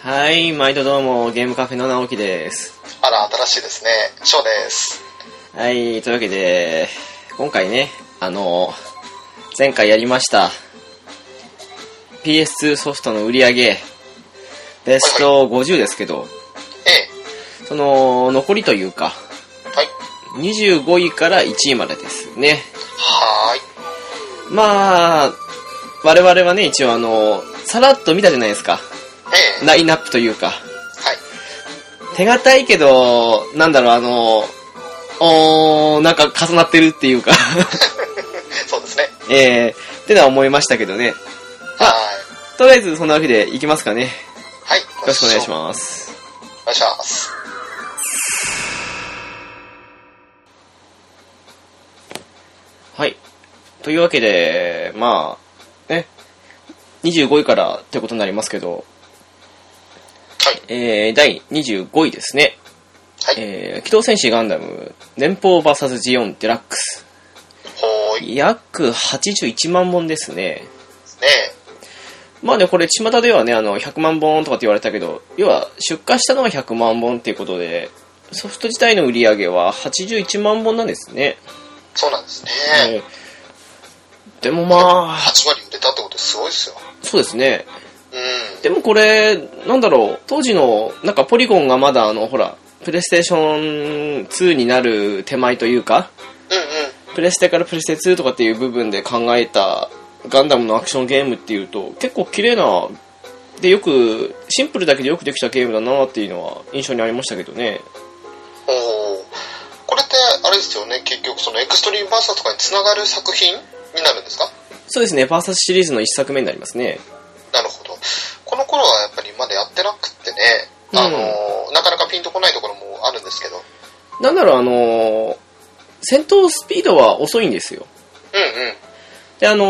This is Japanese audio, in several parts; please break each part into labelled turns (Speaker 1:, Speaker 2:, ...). Speaker 1: はい、毎度どうも、ゲームカフェの直樹です。
Speaker 2: あら、新しいですね。ショーです。
Speaker 1: はい、というわけで、今回ね、あの、前回やりました、PS2 ソフトの売り上げ、ベスト50ですけど、
Speaker 2: え
Speaker 1: その、残りというか、
Speaker 2: え。はい。
Speaker 1: 25位から1位までですね。
Speaker 2: はーい。
Speaker 1: まあ、我々はね、一応あの、さらっと見たじゃないですか。
Speaker 2: ええ。
Speaker 1: ラインナップというか。
Speaker 2: はい。
Speaker 1: 手堅いけど、なんだろう、あの、おー、なんか重なってるっていう か、
Speaker 2: そうですね。
Speaker 1: えー、ってのは思いましたけどね。
Speaker 2: は
Speaker 1: とりあえずそんなわけでいきますかね。よ
Speaker 2: ーい。はい。よ
Speaker 1: ろしくお願いし
Speaker 2: す。
Speaker 1: ます。
Speaker 2: お願いします。
Speaker 1: はい。というわけで、まあ、ね、25位からってことになりますけど、
Speaker 2: はい。
Speaker 1: えー、第25位ですね。
Speaker 2: はい。
Speaker 1: えー、機動戦士ガンダム、前方 VSG4 デラックス。
Speaker 2: ほーい。
Speaker 1: 約81万本ですね。
Speaker 2: ね
Speaker 1: まあね、これ、巷ではね、あの、100万本とかって言われたけど、要は、出荷したのは100万本っていうことで、ソフト自体の売り上げは81万本なんですね。
Speaker 2: え。そうなんですね。
Speaker 1: えーでもまあ、
Speaker 2: 8割売れたってことすごいですよ。
Speaker 1: そうですね。
Speaker 2: うん。
Speaker 1: でもこれ、なんだろう、当時の、なんかポリゴンがまだ、あの、ほら、プレイステーション2になる手前というか、
Speaker 2: うん
Speaker 1: プレステからプレステ2とかっていう部分で考えたガンダムのアクションゲームっていうと結構綺麗なでよくシンプルだけでよくできたゲームだなっていうのは印象にありましたけどね
Speaker 2: うん。おー。これって、あれですよね。結局、そのエクストリームバーサーとかにつながる作品になるんですか
Speaker 1: そうですねバーサスシリーズの1作目になりますね
Speaker 2: なるほど。この頃はやっぱりまだやってなくってね。あのー、なかなかピンとこないところもあるんですけど。
Speaker 1: なんだろうあのー戦闘スピードは遅いんですよ
Speaker 2: うんうん。
Speaker 1: であの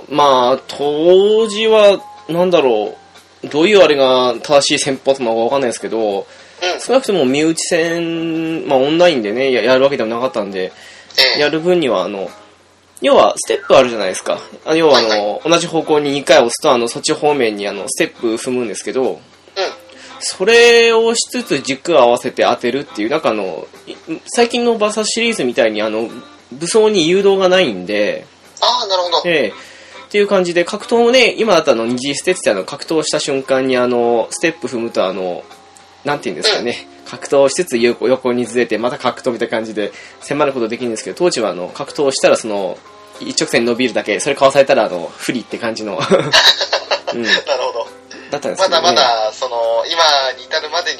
Speaker 1: ーまあ当時はなんだろうどういうあれが正しい戦法なのかわかんないですけど
Speaker 2: うん。
Speaker 1: 少なくとも身内戦、まあ、オンラインでねややるわけでもなかったんで
Speaker 2: え
Speaker 1: や
Speaker 2: え。
Speaker 1: る分には、あの、要は、ステップあるじゃないですか。あ要は、あの、
Speaker 2: はい
Speaker 1: 同じ方向に2回押すと、あの、そっち方面に、あの、ステップ踏むんですけど、
Speaker 2: うん。
Speaker 1: それをしつつ軸を合わせて当てるっていう、なんかあの、い最近のバーサスシリーズみたいに、あの、武装に誘導がないんで、
Speaker 2: ああ、なるほど。
Speaker 1: ええっていう感じで、格闘もね、今だったの二次ステッチってあの、格闘した瞬間に、あの、ステップ踏むと、あの、なんて言うんですかね、格闘しつつ横横にずれて、また格闘みたいな感じで、迫ることできるんですけど、当時はあの、格闘したら、その、一直線に伸びるだけ、それかわされたら、あの、不利って感じの、 うん、だ
Speaker 2: なるほど。
Speaker 1: ったんです
Speaker 2: ま
Speaker 1: けど、ね。
Speaker 2: だま。だ、その、今に至るまでに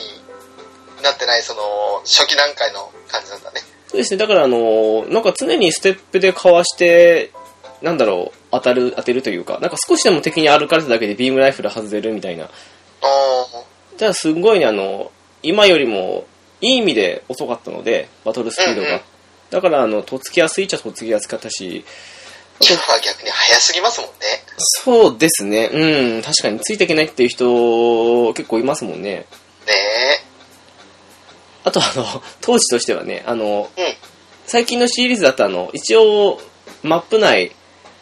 Speaker 2: なってない、その、初期段階の感じなんだね。
Speaker 1: そうですね、だからあの、なんか常にステップでかわして、なんだろう、当たる、当てるというか、なんか少しでも敵に歩かれただけでビームライフル外れるみたいな、
Speaker 2: おー
Speaker 1: ただすごいねあの今よりもいい意味で遅かったのでバトルスピードが、
Speaker 2: うんうん
Speaker 1: だからあのとっつきやすいっちゃとっつきやすかったし
Speaker 2: 今は逆に早すぎますもんね。
Speaker 1: そうですねうん確かについていけないっていう人結構いますもんね
Speaker 2: ね
Speaker 1: あとあの当時としてはねあの
Speaker 2: え。うん。
Speaker 1: 最近のシリーズだとあの一応マップ内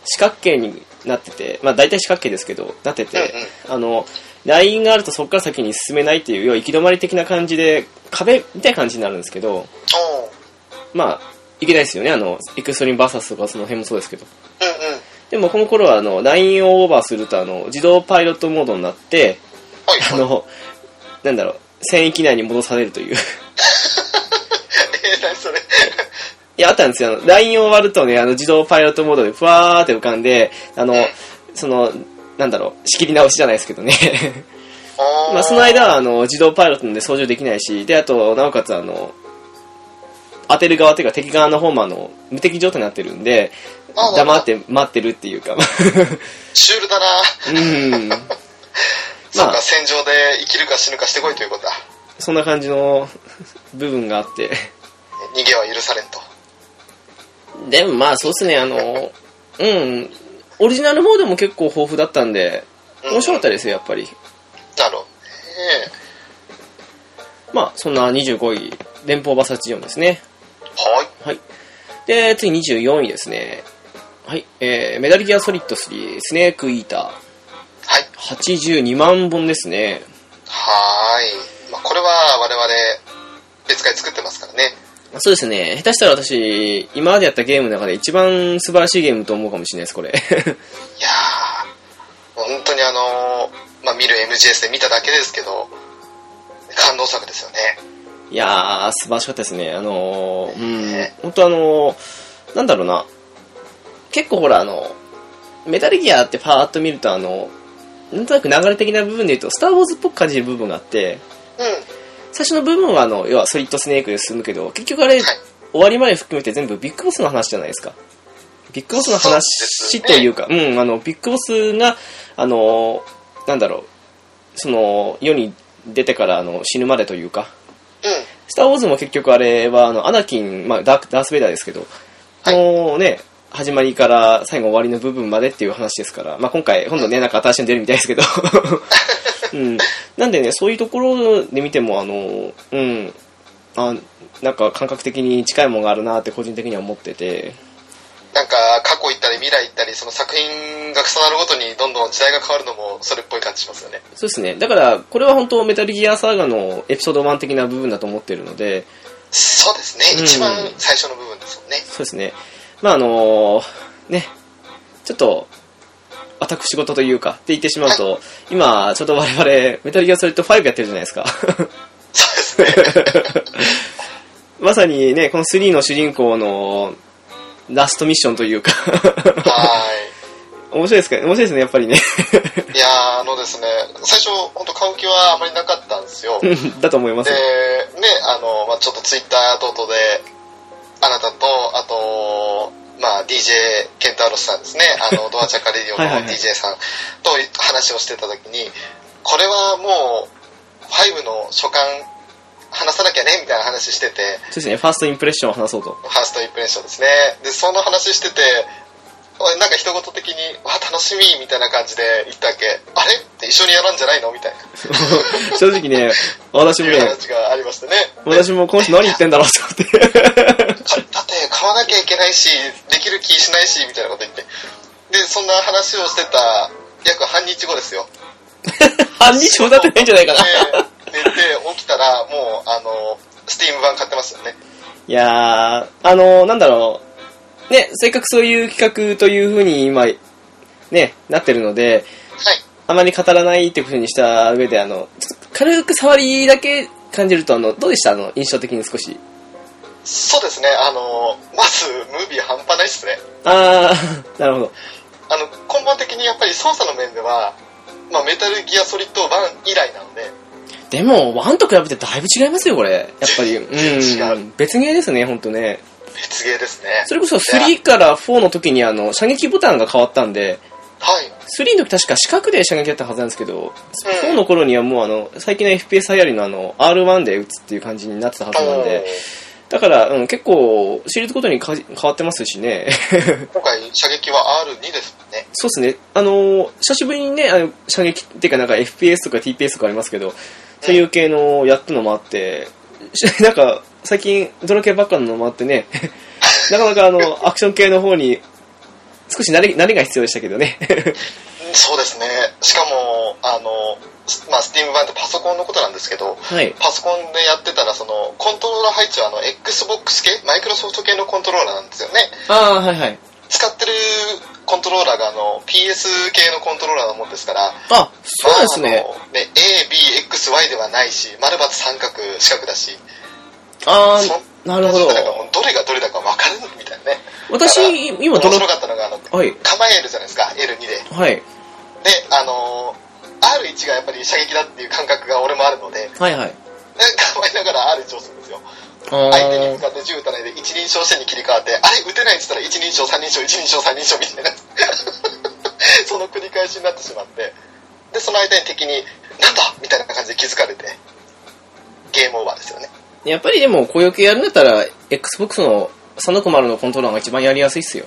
Speaker 1: 四角形になっててまあ大体四角形ですけどなってて、あのラインがあるとそこから先に進めないっていう要は行き止まり的な感じで壁みたいな感じになるんですけど、
Speaker 2: おー
Speaker 1: まあ、いけないですよね。あの、エクストリームバーサスとかその辺もそうですけど。
Speaker 2: うんうん。
Speaker 1: でもこの頃は、あの、ラインをオーバーすると、あの、自動パイロットモードになって、
Speaker 2: はい
Speaker 1: あ
Speaker 2: はい。
Speaker 1: の、なんだろう、戦域内に戻されるという。
Speaker 2: えー、何それ。
Speaker 1: いや、あったんですよ。あのラインを終わるとね、あの、自動パイロットモードでふわーって浮かんで、あの、その、なんだろう、仕切り直しじゃないですけどね。
Speaker 2: おー
Speaker 1: まあ、その間は、あの、自動パイロットなんで操縦できないし、で、あと、なおかつ、あの、当てる側というか敵側の方も、あの、無敵状態になってるんで、
Speaker 2: あー
Speaker 1: 黙って待ってるっていうか、
Speaker 2: シュールだな。
Speaker 1: うん。 ま
Speaker 2: そう
Speaker 1: あ
Speaker 2: か、、戦場で生きるか死ぬかしてこいということだ。
Speaker 1: そんな感じの部分があって。
Speaker 2: 逃げは許されんと。
Speaker 1: でもまあ、そうですね、あの、うん、オリジナルモードも結構豊富だったんで、面白かったですよ、やっぱり。
Speaker 2: なるほど。ね
Speaker 1: まあ、そんな25位、連邦バサチジョンですね。
Speaker 2: はい。
Speaker 1: はい。で、次24位ですね。はい、えー、メダルギアソリッド3、スネークイータ
Speaker 2: はい。
Speaker 1: ー、82万本ですね。
Speaker 2: 我々別回作ってますからね
Speaker 1: そうですね。下手したら私、今までやったゲームの中で一番素晴らしいゲームと思うかもしれないです、これ。
Speaker 2: いやー本当にあのーまあ、見る MGS で見ただけですけど感動作ですよね
Speaker 1: いやー、素晴らしかったですね。あのー、うん、本当あのー、なんだろうな。結構ほら、あの、メタルギアってパーッと見ると、あの、なんとなく流れ的な部分で言うと、スター・ウォーズっぽく感じる部分があって、
Speaker 2: うん
Speaker 1: 最初の部分は、あの、要はソリッドスネークで進むけど、結局あれ、
Speaker 2: はい
Speaker 1: 終わりまで含めて全部ビッグボスの話じゃないですか。ビッグボスの
Speaker 2: そう
Speaker 1: 話
Speaker 2: です
Speaker 1: と
Speaker 2: ね
Speaker 1: いうか、うん、あの、ビッグボスが、あの、なんだろう、その、世に出てからあの死ぬまでというか、
Speaker 2: うん
Speaker 1: スター・ウォーズも結局あれは、あの、アナキン、まあ、ダークダース・ベイダーですけど、
Speaker 2: はい
Speaker 1: もうね、始まりから最後終わりの部分までっていう話ですから、まあ、今回、今度ね、なんか新しいの出るみたいですけ ど、うん。なんでね、そういうところで見ても、あの、うん、あなんか感覚的に近いものがあるなって個人的には思ってて、
Speaker 2: なんか過去行ったり未来行ったりその作品が重なるごとにどんどん時代が変わるのもそれっぽい感じしますよね
Speaker 1: そうですね。だから、これは本当メタルギアサーガのエピソード1的な部分だと思ってるので、
Speaker 2: そうですね、
Speaker 1: うん
Speaker 2: 一番最初の部分ですもん ね
Speaker 1: そうですね。まああのね、ちょっと、私事というか、って言ってしまうと、今、ちょっと我々、メタルギアソリッド5やってるじゃないですか。
Speaker 2: そうですね
Speaker 1: まさにね、この3の主人公の、ラストミッションというか、
Speaker 2: は
Speaker 1: 面白いですか面白いですね、やっ ぱりね。
Speaker 2: ーいいやーあのですね最初本当買う気はあまりなかったんですよでね
Speaker 1: うんだと思います。
Speaker 2: あの、まあ、ちょっとツイッター等々であなたとあとまあ DJ ケンタウロスさんですねあ のドアチャカレディオ
Speaker 1: はいはい
Speaker 2: の
Speaker 1: はい
Speaker 2: DJ さんと話をしてた時にこれはもう5の所感話さなきゃねみたいな話してて
Speaker 1: そうですね、ファーストインプレッションを話そうと。
Speaker 2: ファーストインプレッションですね。で、その話してて、俺なんか一言的に、わ、楽しみみたいな感じで言ったわけ。あれって一緒にやらんじゃないのみたいな。
Speaker 1: 正直ね、私も
Speaker 2: いう
Speaker 1: ね、
Speaker 2: 話がありましてね。
Speaker 1: 私もこの人何言ってんだろうと思って。
Speaker 2: かだって買わなきゃいけないし、できる気しないし、みたいなこと言って。で、そんな話をしてた約半日後ですよ。
Speaker 1: 半日も経ってないんじゃないかな。
Speaker 2: で、寝て起きたら、もう、あの、スティーム版買ってますよね。
Speaker 1: いやー、あのー、なんだろう。ね、せっかくそういう企画というふうに今、ね、なってるので、
Speaker 2: はい。
Speaker 1: あまり語らないっていうふうにした上で、あの、ちょっと軽く触りだけ感じると、あの、どうでしたあの、印象的に少し。
Speaker 2: そうですね、あの、まず、ムービー半端ないっすね。
Speaker 1: あー、 なるほど。
Speaker 2: あの根本的にやっぱり操作の面では、まあ、メタルギアソリッド1以来なので
Speaker 1: でも、ワンと比べてだいぶ違いますよ、これ。やっぱ り。
Speaker 2: 違
Speaker 1: う。
Speaker 2: うん
Speaker 1: 別ゲーですね、ほんとね。
Speaker 2: 別ゲーですね
Speaker 1: それこそ3から4の時に、あの、射撃ボタンが変わったんで、
Speaker 2: はい
Speaker 1: 3の時確か四角で射撃だったはずなんですけど、
Speaker 2: うん
Speaker 1: 4の頃にはもうあの、最近の FPS 流行りのあの、R1 で撃つっていう感じになってたはずなんで、だから、うん、結構、シリーズごとにか変わってますしね。
Speaker 2: うん今回射撃は R2 ですもんね
Speaker 1: そうですね。あのー、久しぶりにね、あの射撃っていうかなんか FPS とか TPS とかありますけど、そういう系のやったのもあって、 しなんか、最近、泥系ばっかのもあってね、 なかなかあの、アクション系の方に、少し慣れ、慣れが必要でしたけどね。
Speaker 2: うんそうですねしかもあの、s- まあ、スティーム版ってパソコンのことなんですけど
Speaker 1: はい。
Speaker 2: パソコンでやってたらそのコントローラー配置はあの XBOX 系マイクロソフト系のコントローラーなんですよね
Speaker 1: ああ、はいはい。
Speaker 2: 使ってるコントローラーがあの PS 系のコントローラーなもんですから
Speaker 1: あ、そうですね。
Speaker 2: まああのね ABXY ではないし丸×三角四角だし
Speaker 1: あ
Speaker 2: そ
Speaker 1: あ、なるほど
Speaker 2: だ。からもうどれがどれだか分かるみたいなね。
Speaker 1: 私
Speaker 2: だから、
Speaker 1: 今、
Speaker 2: 面
Speaker 1: どの
Speaker 2: 白、かったのが、あの、
Speaker 1: はい、
Speaker 2: 構えるじゃないですか、L2 で。で、
Speaker 1: はい、
Speaker 2: あのー R1 がやっぱり射撃だっていう感覚が俺もあるので、で
Speaker 1: はい、はい。
Speaker 2: 構えながら R1 をするんですよ。
Speaker 1: あ
Speaker 2: 相手に向
Speaker 1: ー
Speaker 2: かって銃撃たないで一人称してに切り替わって、あれ撃てないって言ったら一人称、三人称、一人称、三人称みたいな。 その繰り返しになってしまって、で、その間に敵に、なんだみたいな感じで気づかれて、ゲームオーバーですよね。
Speaker 1: やっぱりでも、こういう系やるんだったら、Xbox の360のコントローラーが一番やりやすいっすよ。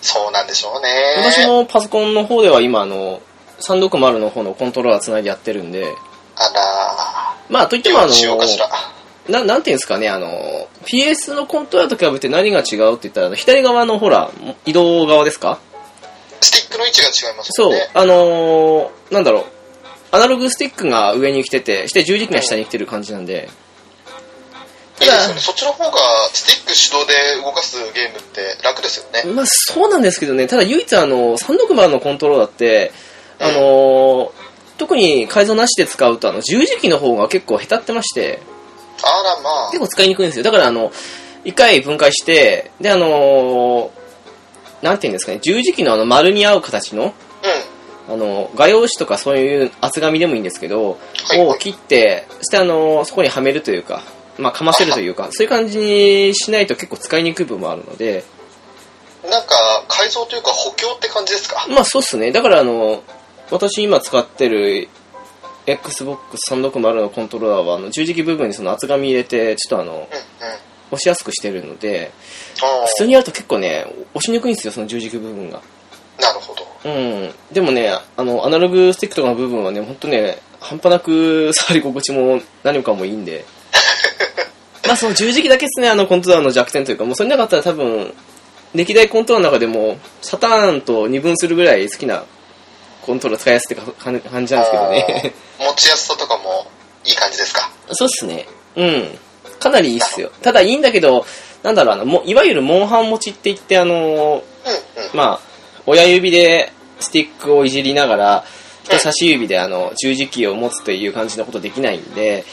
Speaker 2: そうなんでしょうね。
Speaker 1: 私もパソコンの方では今、あの、360の方のコントローラーつないでやってるんで、
Speaker 2: あらー。
Speaker 1: まあ、といってもあの
Speaker 2: しようかしら。
Speaker 1: な、なんていうんですかね、あの、PS のコントローラーと比べて何が違うって言ったら、あの左側のほら、移動側ですか
Speaker 2: スティックの位置が違いますよ
Speaker 1: そう
Speaker 2: ね。、
Speaker 1: あのー、なんだろう、アナログスティックが上に来てて、して十字キーが下に来てる感じなんで、
Speaker 2: ういいですよね。そっちの方が、スティック手動で動かすゲームって楽ですよね。
Speaker 1: まあ、そうなんですけどね、ただ唯一あの、360のコントローラーって、あのー特に改造なしで使うと、あの、十字キーの方が結構下手ってまして、
Speaker 2: あらまあ
Speaker 1: 結。構使いにくいんですよ。だからあの、一回分解して、で、あのーなんていうんですかね、十字キーのあの、丸に合う形の、
Speaker 2: う
Speaker 1: あの、画用紙とかそういう厚紙でもいいんですけど、
Speaker 2: はい
Speaker 1: を切って、そしてあの、そこにはめるというか、まあ、かませるというか、そういう感じにしないと結構使いにくい部分もあるので、
Speaker 2: ん。なんか、改造というか補強って感じですか。
Speaker 1: まあ、そうっすね。だからあの、私今使ってる Xbox360 のコントローラーは、あの、十字キー部分にその厚紙入れて、ちょっとあの
Speaker 2: う、んうん。あ
Speaker 1: 押しやすくしてるので、普通
Speaker 2: ー
Speaker 1: にやると結構ね、押しにくいんですよ、その十字キー部分が。
Speaker 2: なるほど。
Speaker 1: うん、でもね、あの、アナログスティックとかの部分はね、ほんとね、半端なく触り心地も何もかもいいん で。まあその十字キーだけですね、あのコントローラーの弱点というか、もうそれなかったら多分、歴代コントローラーの中でも、サターンと二分するぐらい好きなコントローラー使いやすいってか感感じなんですけどね。
Speaker 2: あー持ちやすさとかもいい感じですか。
Speaker 1: そうっすね。うん。かなりいいっすよ。ただいいんだけど、なんだろう、あの、もういわゆるモンハン持ちって言って、あの
Speaker 2: うんうん。
Speaker 1: まあ、親指でスティックをいじりながら、人差し指であの十字キーを持つという感じのことできないんで、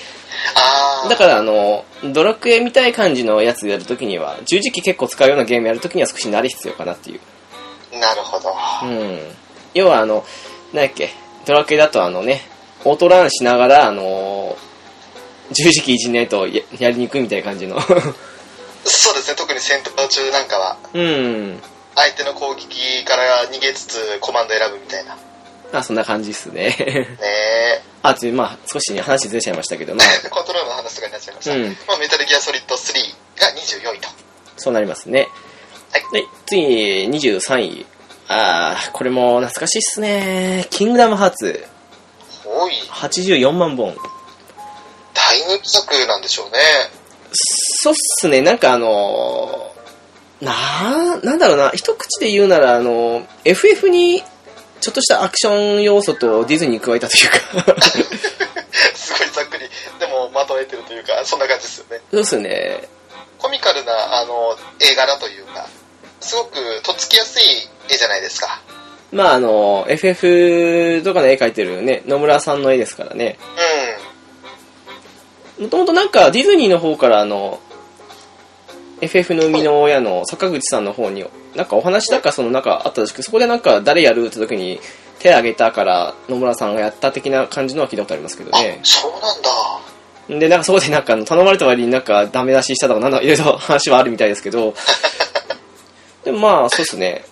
Speaker 2: ああ。
Speaker 1: だからあの、ドラクエみたい感じのやつやるときには、十字キー結構使うようなゲームやるときには少し慣れ必要かなっていう。
Speaker 2: なるほど。
Speaker 1: うん。要はあの、なんやっけ、ドラクエだとあのね、オートランしながら、あの、十字キーいじんないとややりにくいみたいな感じの。
Speaker 2: そうですね、特に戦闘中なんかは、
Speaker 1: うん。
Speaker 2: 相手の攻撃から逃げつつコマンド選ぶみたいな。ね
Speaker 1: まあそんな感じっすね。
Speaker 2: え。
Speaker 1: あ、とまあ少しね、話ずれちゃいましたけど、まあ、
Speaker 2: コントロールの話とかになっちゃいました。
Speaker 1: うん
Speaker 2: まあ、メタルギアソリッド3が24位と。
Speaker 1: そうなりますね。。
Speaker 2: はい
Speaker 1: 次、23位。あー、これも懐かしいっすね。キングダムハーツ、
Speaker 2: 多い。
Speaker 1: 84万本。
Speaker 2: 大人気作なんでしょうね。
Speaker 1: そうっすね、なんかあのー、なー、なんだろうな、一口で言うなら、あのー、FF に、ちょっとしたアクション要素とディズニーに加えたというか、
Speaker 2: すごいざっくり。でも、まとえてるというか、そんな感じですよね。
Speaker 1: そうっすね。
Speaker 2: コミカルな、あの、絵柄というか、すごく、とっつきやすい絵じゃないですか。
Speaker 1: まああのー、FF とかの絵描いてるね、野村さんの絵ですからね。
Speaker 2: うん。
Speaker 1: もともとなんかディズニーの方からあの FF の生みの親の坂口さんの方になんかお話なんかそのなんかあったらしくそこでなんか誰やるって時に手挙げたから野村さんがやった的な感じのは聞いたことありますけど
Speaker 2: あ、
Speaker 1: ね
Speaker 2: そうなんだ。
Speaker 1: でなんかそこでなんかあの頼まれた割になんかダメ出ししたとかなんだいろいろ話はあるみたいですけどでも まあそうっすね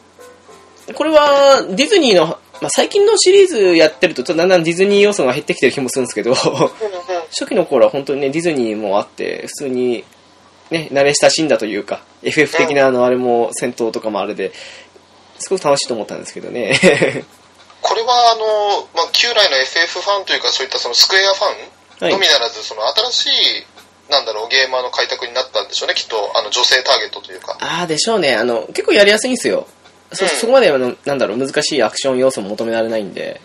Speaker 1: これはディズニーの、まあ、最近のシリーズやってるとちょっとだんだんディズニー要素が減ってきてる気もするんですけど
Speaker 2: うんうん。
Speaker 1: 初期の頃は本当にね、ディズニーもあって、普通に、ね、慣れ親しんだというか、FF 的なあの、あれも戦闘とかもあれで、すごく楽しいと思ったんですけどね。
Speaker 2: これは、あの、まあ、旧来の FF ファンというか、そういったそのスクエアファ
Speaker 1: は
Speaker 2: ン
Speaker 1: い
Speaker 2: のみならず、その新しい、なんだろう、ゲーマーの開拓になったんでしょうね、きっと、あの、女性ターゲットという か。
Speaker 1: ああ、でしょうね。あの、結構やりやすいんですよ。そ、
Speaker 2: うん
Speaker 1: そこまで、あの、なんだろう、難しいアクション要素も求められないんで。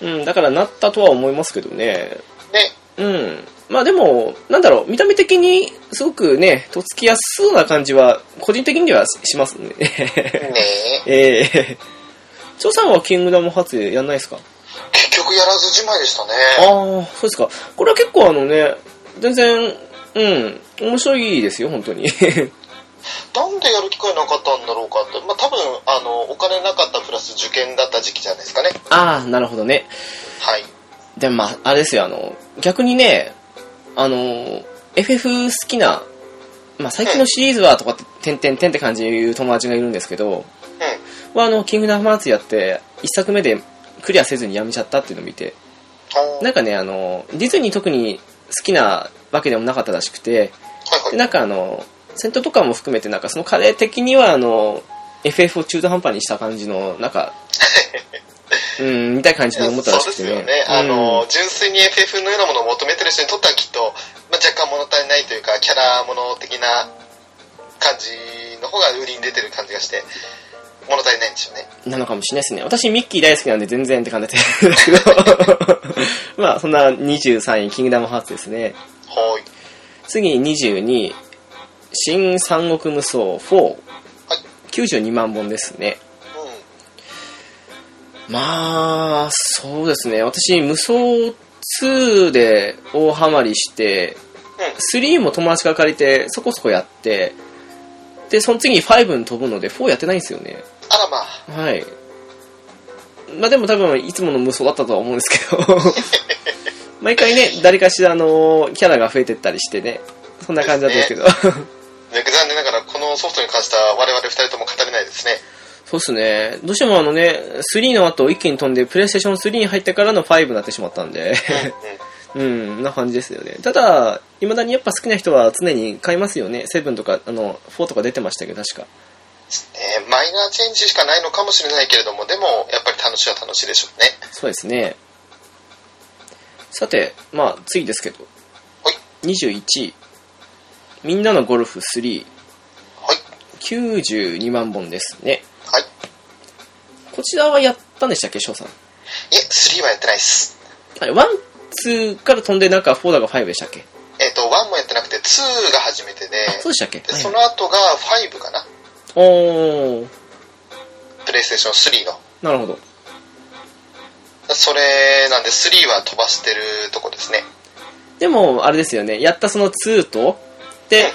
Speaker 2: うんう
Speaker 1: う
Speaker 2: ん。
Speaker 1: ん、だからなったとは思いますけどね。
Speaker 2: ね、
Speaker 1: うん。まあでも、なんだろう、見た目的に、すごくね、とっつきやすそうな感じは、個人的にはししますね。
Speaker 2: ねえ
Speaker 1: ええ 張さんはキングダムハーツやんないですか
Speaker 2: 結局やらずじまいでしたね。
Speaker 1: ああ、そうですか。これは結構あのね、全然、うん、面白いですよ、本当に。
Speaker 2: なんでやる機会なかったんだろうかって、まあ、多分あのお金なかったプラス受験だった時期じゃないですかね
Speaker 1: ああ、なるほどね。
Speaker 2: はい
Speaker 1: でもまあ、あれですよ、あの、逆にね、あの、FF 好きな、まあ最近のシリーズはとかって、てんてんてんって感じで言う友達がいるんですけど、
Speaker 2: うん
Speaker 1: はあの、キングダムハーツやって、一作目でクリアせずにやめちゃったっていうのを見て、
Speaker 2: あー
Speaker 1: なんかね、あの、ディズニー特に好きなわけでもなかったらしくて、
Speaker 2: はい
Speaker 1: で
Speaker 2: はい
Speaker 1: なんかあの戦闘とかも含めてなんかそのカレー的にはあの FF を中途半端にした感じのなん かうんみたいな感じに思ったらし
Speaker 2: そ
Speaker 1: く
Speaker 2: うで
Speaker 1: て
Speaker 2: す
Speaker 1: ね
Speaker 2: よね、あの純粋に FF のようなものを求めてる人にとってはきっと、まあ、若干物足りないというかキャラもの的な感じの方が売りに出てる感じがして物足りないんでしょうね
Speaker 1: うんなのかもしれないですね私ミッキー大好きなんで全然って 感じですけどまあそんな23位キングダムハーツですね
Speaker 2: はい
Speaker 1: 次に22、新三国無双4、92万本ですね。
Speaker 2: うん。
Speaker 1: まあ、そうですね。私、無双2で大ハマりして、3も友達から借りて、そこそこやって、で、その次に5に飛ぶので、4やってないんですよね。
Speaker 2: あらまあ。
Speaker 1: はい。まあでも多分、いつもの無双だったとは思うんですけど、毎回ね、誰かしらのキャラが増えてったりしてね、そんな感じだったんですけど。
Speaker 2: ね残念ながらこのソフトに関しては我々二人とも語れないで すね。
Speaker 1: そうっすね。どうしてもあのね、3の後一気に飛んで、プレイステーション3に入ってからの5になってしまったんで、
Speaker 2: うん。
Speaker 1: うん、な感じですよね。ただ、未だにやっぱ好きな人は常に買いますよね。7とか、あの、4とか出てましたけど、確か。
Speaker 2: ねマイナーチェンジしかないのかもしれないけれども、でも、やっぱり楽しいは楽しいでしょうね。
Speaker 1: そうですね。さて、まあ、次ですけど。
Speaker 2: はい。
Speaker 1: 21位。みんなのゴルフ3。
Speaker 2: はい。
Speaker 1: 92万本ですね。
Speaker 2: はい。
Speaker 1: こちらはやったんでしたっけ、翔さん。
Speaker 2: いえ、3はやってないっす。
Speaker 1: あれ、1、2から飛んで、なんか4だか5でしたっけ
Speaker 2: えっ、と、1もやってなくて、2が初めてで、
Speaker 1: あ、そうでしたっけ
Speaker 2: で
Speaker 1: はい
Speaker 2: その後が5かな。
Speaker 1: おー、
Speaker 2: プレイステーション3の。
Speaker 1: なるほど。
Speaker 2: それなんで、3は飛ばしてるとこですね。
Speaker 1: でも、あれですよね、やったその2と、で、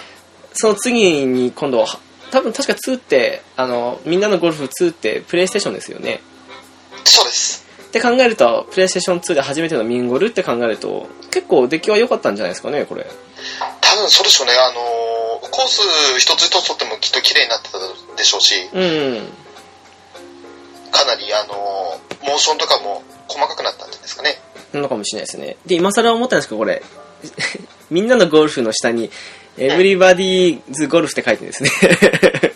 Speaker 1: その次に今度は、多分確か2って、あの、みんなのゴルフ2ってプレイステーションですよね。
Speaker 2: そうです。
Speaker 1: って考えると、プレイステーション2で初めてのミンゴルって考えると、結構出来は良かったんじゃないですかね、これ。
Speaker 2: 多分そうでしょうね。あのーコース一つ一つとってもきっと綺麗になってたでしょうし、
Speaker 1: うん。
Speaker 2: かなり、あのーモーションとかも細かくなったんじゃないですかね。
Speaker 1: なのかもしれないですね。で、今更思ったんですけど、これ。 みんなのゴルフの下に、エブリバディーズゴルフって書いてるんですね。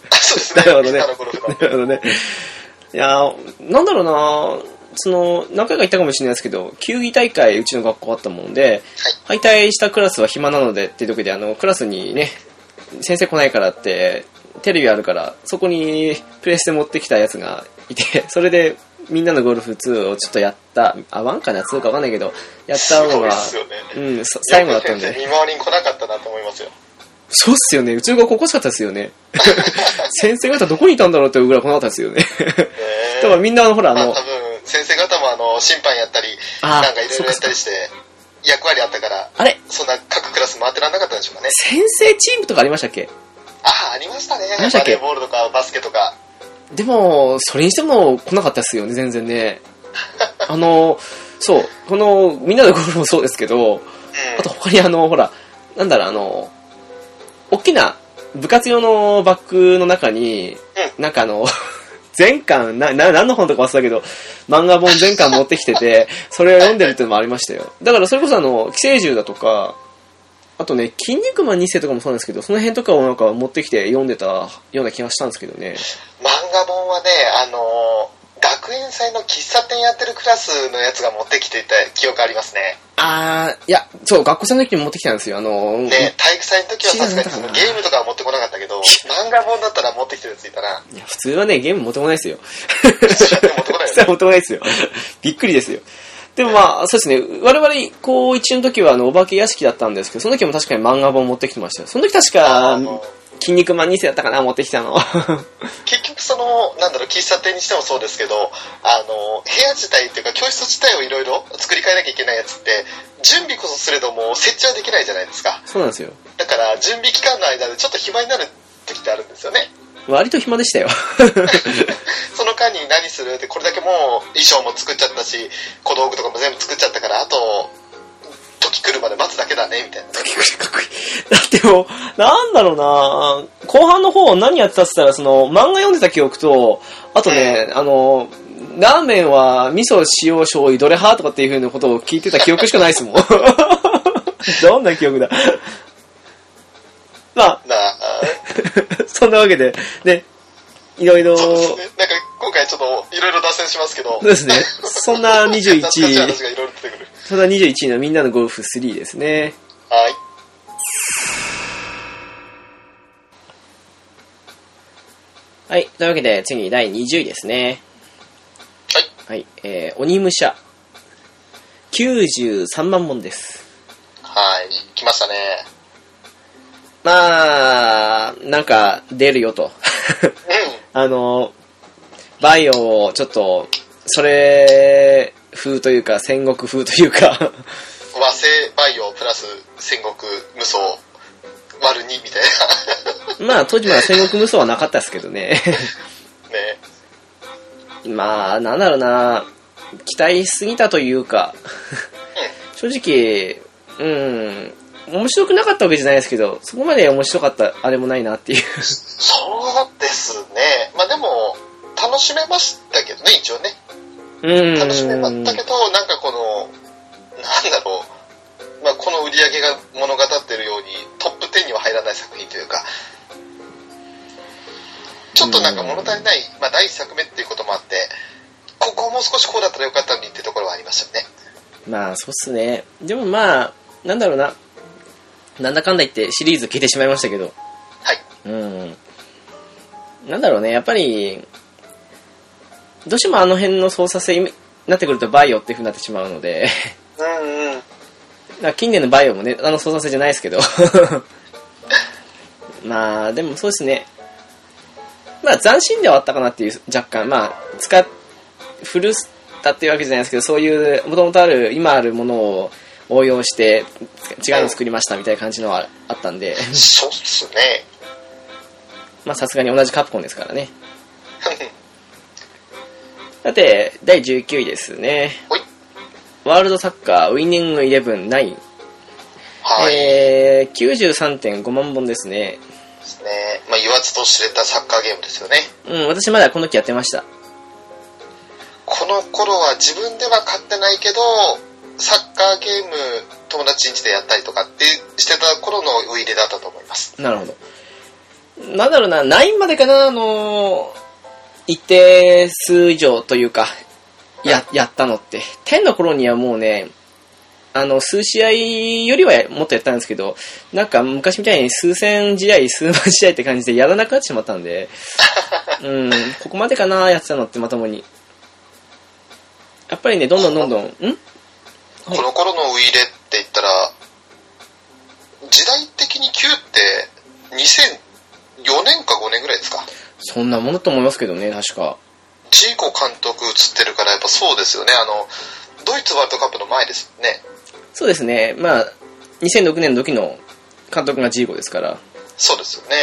Speaker 2: あそうです
Speaker 1: な
Speaker 2: ね。
Speaker 1: るほどね
Speaker 2: みんなのゴルフの。
Speaker 1: なるほどね。いやーなんだろうなその、何回か言ったかもしれないですけど、球技大会、うちの学校あったもんで、敗退したクラスは暇なのでっていう時で、あの、クラスにね、先生来ないからって、テレビあるから、そこにプレステ持ってきたやつがいて、それで、みんなのゴルフ2をちょっとやった、あ、1かな、2か分かんないけど、やったのが、
Speaker 2: すごいっすよね
Speaker 1: うん、そ最後だったん
Speaker 2: よ
Speaker 1: で。
Speaker 2: く先生見回りに来なかったなと思 いますよ。
Speaker 1: そうっすよね、うちの学校欲しかったですよね。先生方どこにいたんだろうっていうぐらい来なかったですよ ね。 だから
Speaker 2: ねえ
Speaker 1: みんなあのほらあ
Speaker 2: まあ
Speaker 1: の
Speaker 2: 多、分、先生方もあの、審判やったり、
Speaker 1: あー
Speaker 2: なんかいろいろやったりして、役割あったから、
Speaker 1: あれ
Speaker 2: そんな各クラス回ってらんなかったんでしょうかね。
Speaker 1: 先生チームとかありましたっけ
Speaker 2: ああ、ありましたね。
Speaker 1: りましたっ
Speaker 2: バ
Speaker 1: け
Speaker 2: レーボールとかバスケとか。
Speaker 1: でも、それにしても来なかったっすよね、全然ね。あの、そう、この、みんなのゴルフもそうですけど、
Speaker 2: うん。
Speaker 1: あと他にあの、ほら、なんだろう、あの、大きな部活用のバッグの中に、なんかあの、 全巻、な、な、何の本とか忘れたけど、漫画本全巻持ってきてて、 それを読んでるっていうのもありましたよ。だからそれこそあの、寄生獣だとか、あとね、筋肉マン2世とかもそうなんですけど、その辺とかをなんか持ってきて読んでたような気がしたんですけどね。
Speaker 2: 漫画本はね、あのー学園祭の喫茶店やってるクラスのやつが持ってきていた記憶ありますね。
Speaker 1: あー、いや、そう、学校生の時に持ってきたんですよ。あの、
Speaker 2: ね、体育祭の時はさす
Speaker 1: シーズンだ
Speaker 2: がに
Speaker 1: ったか
Speaker 2: そ
Speaker 1: な
Speaker 2: のゲームとかは持ってこなかったけど、漫画本だったら持ってきてるやついたな。
Speaker 1: いや普通はね、ゲーム持ってこないです よ。
Speaker 2: 持ってこない よ
Speaker 1: それは。
Speaker 2: ね
Speaker 1: もともないですよ。びっくりですよ。でもまあ、そうですね。我々、高一の時は、あの、お化け屋敷だったんですけど、その時も確かに漫画本持ってきてましたよ。その時確
Speaker 2: あ
Speaker 1: か
Speaker 2: の、
Speaker 1: 筋肉マン2世だったかな、持ってきたの。
Speaker 2: 結局その、なんだろう、喫茶店にしてもそうですけど、あの、部屋自体っていうか教室自体をいろいろ作り変えなきゃいけないやつって、準備こそすれども設置はできないじゃないですか。
Speaker 1: そうなんですよ。
Speaker 2: だから、準備期間の間でちょっと暇になる時ってあるんですよね。
Speaker 1: 割と暇でしたよ。
Speaker 2: その間に何するって、これだけもう衣装も作っちゃったし、小道具とかも全部作っちゃったから、あと、時来るまで待つだけだね、みたいな。
Speaker 1: 結構かっこいい。だってもう、なんだろうな後半の方何やってたって言ったら、その、漫画読んでた記憶と、あとね、あの、ラーメンは味噌、塩、醤油、どれ派とかっていう風なことを聞いてた記憶しかない ですもん。どんな記憶だ。まあ、
Speaker 2: なあ、
Speaker 1: そんなわけで、ね、いろいろ、
Speaker 2: そうです
Speaker 1: そ
Speaker 2: ね。なんか今回ちょっといろいろ脱線しますけど、
Speaker 1: うですね、そんな21
Speaker 2: 懐かしい
Speaker 1: 位、
Speaker 2: 話がいろいろ出てくる。
Speaker 1: そんな21位のみんなのゴルフ3ですね。
Speaker 2: はい。
Speaker 1: はい、というわけで次に第20位ですね。
Speaker 2: はい。
Speaker 1: はい、えー、鬼武者。93万本です。
Speaker 2: はい。来ましたね。
Speaker 1: まあ、なんか出るよと。
Speaker 2: う
Speaker 1: あの、バイオをちょっと、それ風というか、戦国風というか、
Speaker 2: ん。和製バイオプラス戦国無双割る2みたい
Speaker 1: まあ当時まだ戦国無双はなかったですけどね。
Speaker 2: な。ね。
Speaker 1: まあ、なんだろうな、期待しすぎたというか、正直、うん、面白くなかったわけじゃないですけど、そこまで面白かった、あれもないなっていう。
Speaker 2: そうですね。まあでも、楽しめましたけどね、一応ね。
Speaker 1: うん。
Speaker 2: 楽しめましたけど、なんかこの、なんだろう。まあこの売り上げが物語ってるように、トップ10には入らない作品というか、ちょっとなんか物足りない、まあ第1作目っていうこともあって、ここもう少しこうだったらよかったのにってところはありましたよね。
Speaker 1: まあ、そうっすね。でもまあ、なんだろうな、なんだかんだ言ってシリーズ消えてしまいましたけど、
Speaker 2: はい。
Speaker 1: うん。なんだろうね、やっぱり、どうしてもあの辺の操作性になってくるとバイオっていう風になってしまうので、
Speaker 2: うんうん。
Speaker 1: なんか近年のバイオもね、あの操作性じゃないですけど。 まあ、でもそうですね。まあ、斬新ではあったかなっていう、若干。まあ、使っ、古ったっていうわけじゃないですけど、そういう、もともとある、今あるものを応用して、違うの作りましたみたいな感じのはあったんで、
Speaker 2: そうっすね。
Speaker 1: まあ、さすがに同じカプコンですからね。だって、第19位ですね。
Speaker 2: ほい。
Speaker 1: ワールドサッカーウィニングイレブン9。
Speaker 2: はい。
Speaker 1: えー、93.5万本ですね。
Speaker 2: ですね。まあ言わずと知れたサッカーゲームですよね。
Speaker 1: うん、私まだこの時やってました。
Speaker 2: この頃は自分では買ってないけど、サッカーゲーム友達ん家でやったりとかってしてた頃のウイイレだったと思います。
Speaker 1: なるほど。なんだろうな、9までかな、あのー一定数以上というか、や、やったのって。10の頃にはもうね、あの、数試合よりはもっとやったんですけど、なんか昔みたいに数千試合、数万試合って感じでやらなくなってしまったんで、 うん、ここまでかな、やってたのってまともに。やっぱりね、どんどんどんどん、んはい
Speaker 2: この頃のウイイレって言ったら、時代的に Q って2004年か5年ぐらいですか。
Speaker 1: そんなものと思いますけどね、確か。
Speaker 2: ジーコ監督映ってるからやっぱそうですよね。あの、ドイツワールドカップの前ですよね。
Speaker 1: そうですね、まあ、2006年の時の監督がジーゴですから、
Speaker 2: そうですよね。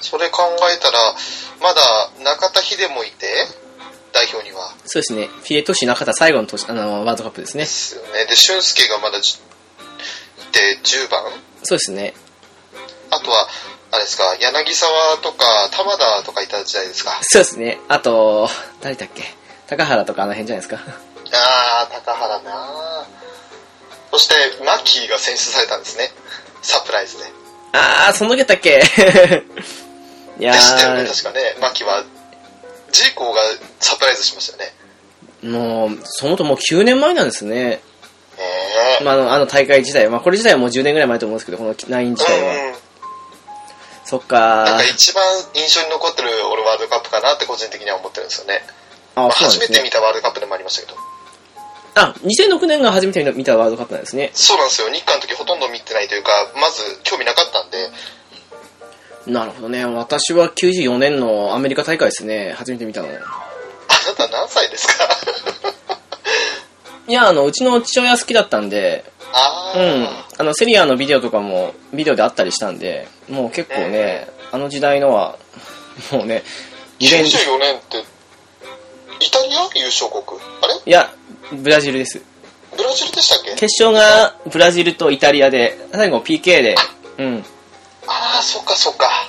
Speaker 2: それ考えたら、まだ中田秀もいて、代表には。
Speaker 1: そうですね、フィレトシ中田最後の年あのワールドカップですね
Speaker 2: で。すよね。で、俊介がまだじいて10番。
Speaker 1: そうですね、
Speaker 2: あとは、あれですか、柳沢とか玉田とかいた時代ですか。
Speaker 1: そうですね、あと、誰だっけ、高原とかあの辺じゃないですか。
Speaker 2: あー、高原なそして、マッキーが選出されたんですね。サプライズで。
Speaker 1: あー、その時だっけ いや
Speaker 2: でしたよね、
Speaker 1: ー、
Speaker 2: 確かね。マッキーは、ジーコがサプライズしましたよね。
Speaker 1: もう、そのともう9年前なんですね。
Speaker 2: ねえ。
Speaker 1: まあ、あの、あの大会自体は、まあ、これ自体はもう10年ぐらい前と思うんですけど、この9自体は。
Speaker 2: うん。
Speaker 1: そっか
Speaker 2: なんか
Speaker 1: ー。
Speaker 2: 一番印象に残ってる俺ワールドカップかなって個人的には思ってるんですよね。ま
Speaker 1: あ
Speaker 2: あ、
Speaker 1: そうなん
Speaker 2: 初
Speaker 1: で
Speaker 2: め
Speaker 1: す
Speaker 2: て
Speaker 1: ね。
Speaker 2: 見たワールドカップでもありましたけど。
Speaker 1: あ、2006年が初めて見たワールドカップなんですね。
Speaker 2: そうなんですよ。日韓の時ほとんど見てないというか、まず興味なかったんで、
Speaker 1: なるほどね。私は94年のアメリカ大会ですね。初めて見たの。
Speaker 2: あなた何歳ですか
Speaker 1: いや、あの、うちの父親好きだったんで、
Speaker 2: あ
Speaker 1: う
Speaker 2: あ、
Speaker 1: ん。あの、セリアのビデオとかも、ビデオであったりしたんで、もう結構ね、あの時代のは、もうね、2連、い
Speaker 2: 94年って、イタリア優勝国あれ
Speaker 1: や、ブラジルです。
Speaker 2: ブラジルでしたっけ
Speaker 1: 決勝がブラジルとイタリアで、最後 PK で、うん。
Speaker 2: ああ、そっかそっか。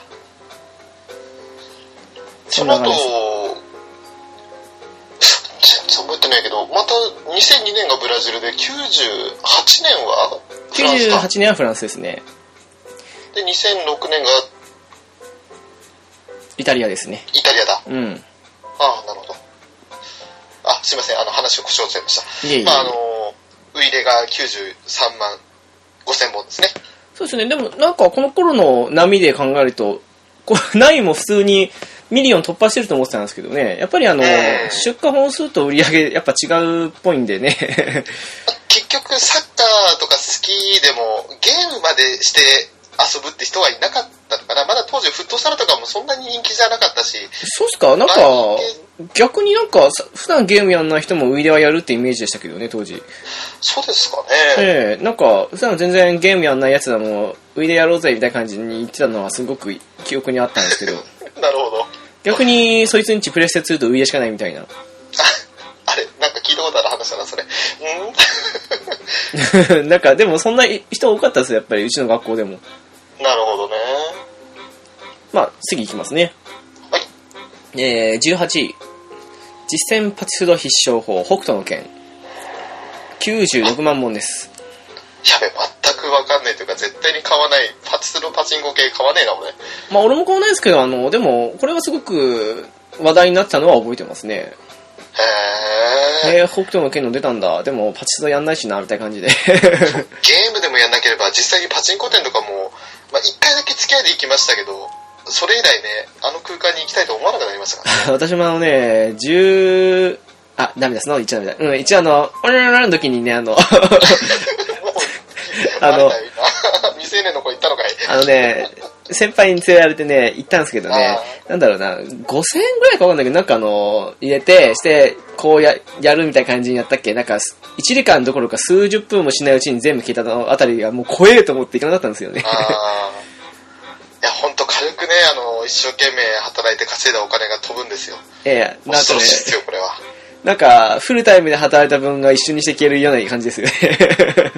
Speaker 1: そ
Speaker 2: そ
Speaker 1: ん
Speaker 2: の
Speaker 1: な
Speaker 2: 後
Speaker 1: 感じ、
Speaker 2: 全然覚えてないけど、また2002年がブラジルで、98年はフランスか。
Speaker 1: 98年はフランスですね。
Speaker 2: で、2006年が
Speaker 1: イタリアですね。
Speaker 2: イタリアだ。
Speaker 1: うん。
Speaker 2: ああ、なるほど。あ、すいません、あの話を故障しちゃいました。
Speaker 1: いえいえ
Speaker 2: まあ、あの、ウイレが93万5000本ですね。
Speaker 1: そうですね。でも、なんかこの頃の波で考えると、こう、 ナインも普通にミリオン突破してると思ってたんですけどね。やっぱりあの、
Speaker 2: ええ
Speaker 1: 出荷本数と売り上げ、やっぱ違うっぽいんで ね。
Speaker 2: 結局、サッカーとかスキーでも、ゲームまでして遊ぶって人はいなかったから、まだ当時フットサルとかもそんなに人気じゃなかったし、
Speaker 1: そうっすかなんか、逆になんか、さ普段ゲームやんない人もウィレはやるってイメージでしたけどね、当時。
Speaker 2: そうですかね。
Speaker 1: ええなんか、普段全然ゲームやんないやつらも、ウィレやろうぜみたいな感じに言ってたのはすごく記憶にあったんです けど、
Speaker 2: なるほど。
Speaker 1: 逆にそいつんちプレステ2とウィレしかないみたいな。
Speaker 2: あれ、なんか聞いたことある話だな、それ。うん
Speaker 1: なんか、でもそんな人多かったですよ、やっぱりうちの学校でも。
Speaker 2: なるほどね。
Speaker 1: まあ、次行きますね。
Speaker 2: はい。
Speaker 1: えー、18位。実践パチスロ必勝法、北斗の拳。96万本です。
Speaker 2: やべ、全くわかんないというか、絶対に買わない。パチスロパチンコ系買わねえな、俺。
Speaker 1: まあ、俺も買わないですけど、あの、でも、これはすごく話題になったのは覚えてますね。
Speaker 2: へえ。
Speaker 1: えー、北斗の拳の出たんだ。でも、パチスロやんないしな、みたいな感じで。
Speaker 2: ゲームでもやんなければ、実際にパチンコ店とかも、まあ、一回だけ付き合いで行きましたけど、それ以来ね、あの空間に行きたいと思わなくなり ましたから、ね。
Speaker 1: 私もあのね、10、あ、ダメだ、その言っちゃダメだ。うん、一応あの、オラララの時にね、あの、
Speaker 2: もう、
Speaker 1: あの
Speaker 2: なんだよ今 未成年の子行ったのかい。
Speaker 1: あのね、先輩に連れられてね、行ったんですけどね
Speaker 2: あ、
Speaker 1: なんだろうな、5000円ぐらいかわかんないけど、なんかあの、入れて、して、こうや、やるみたいな感じにやったっけなんか、1時間どころか数十分もしないうちに全部消えたのあたりがもう怖えと思って行かなかったんですよね。
Speaker 2: あーいや、ほんと軽くね、あの、一生懸命働いて稼いだお金が飛ぶんですよ。
Speaker 1: ええ、なんか
Speaker 2: 恐
Speaker 1: ね
Speaker 2: ろしいですよ、これは。
Speaker 1: なんか、フルタイムで働いた分が一瞬にして消えるような感じですよね。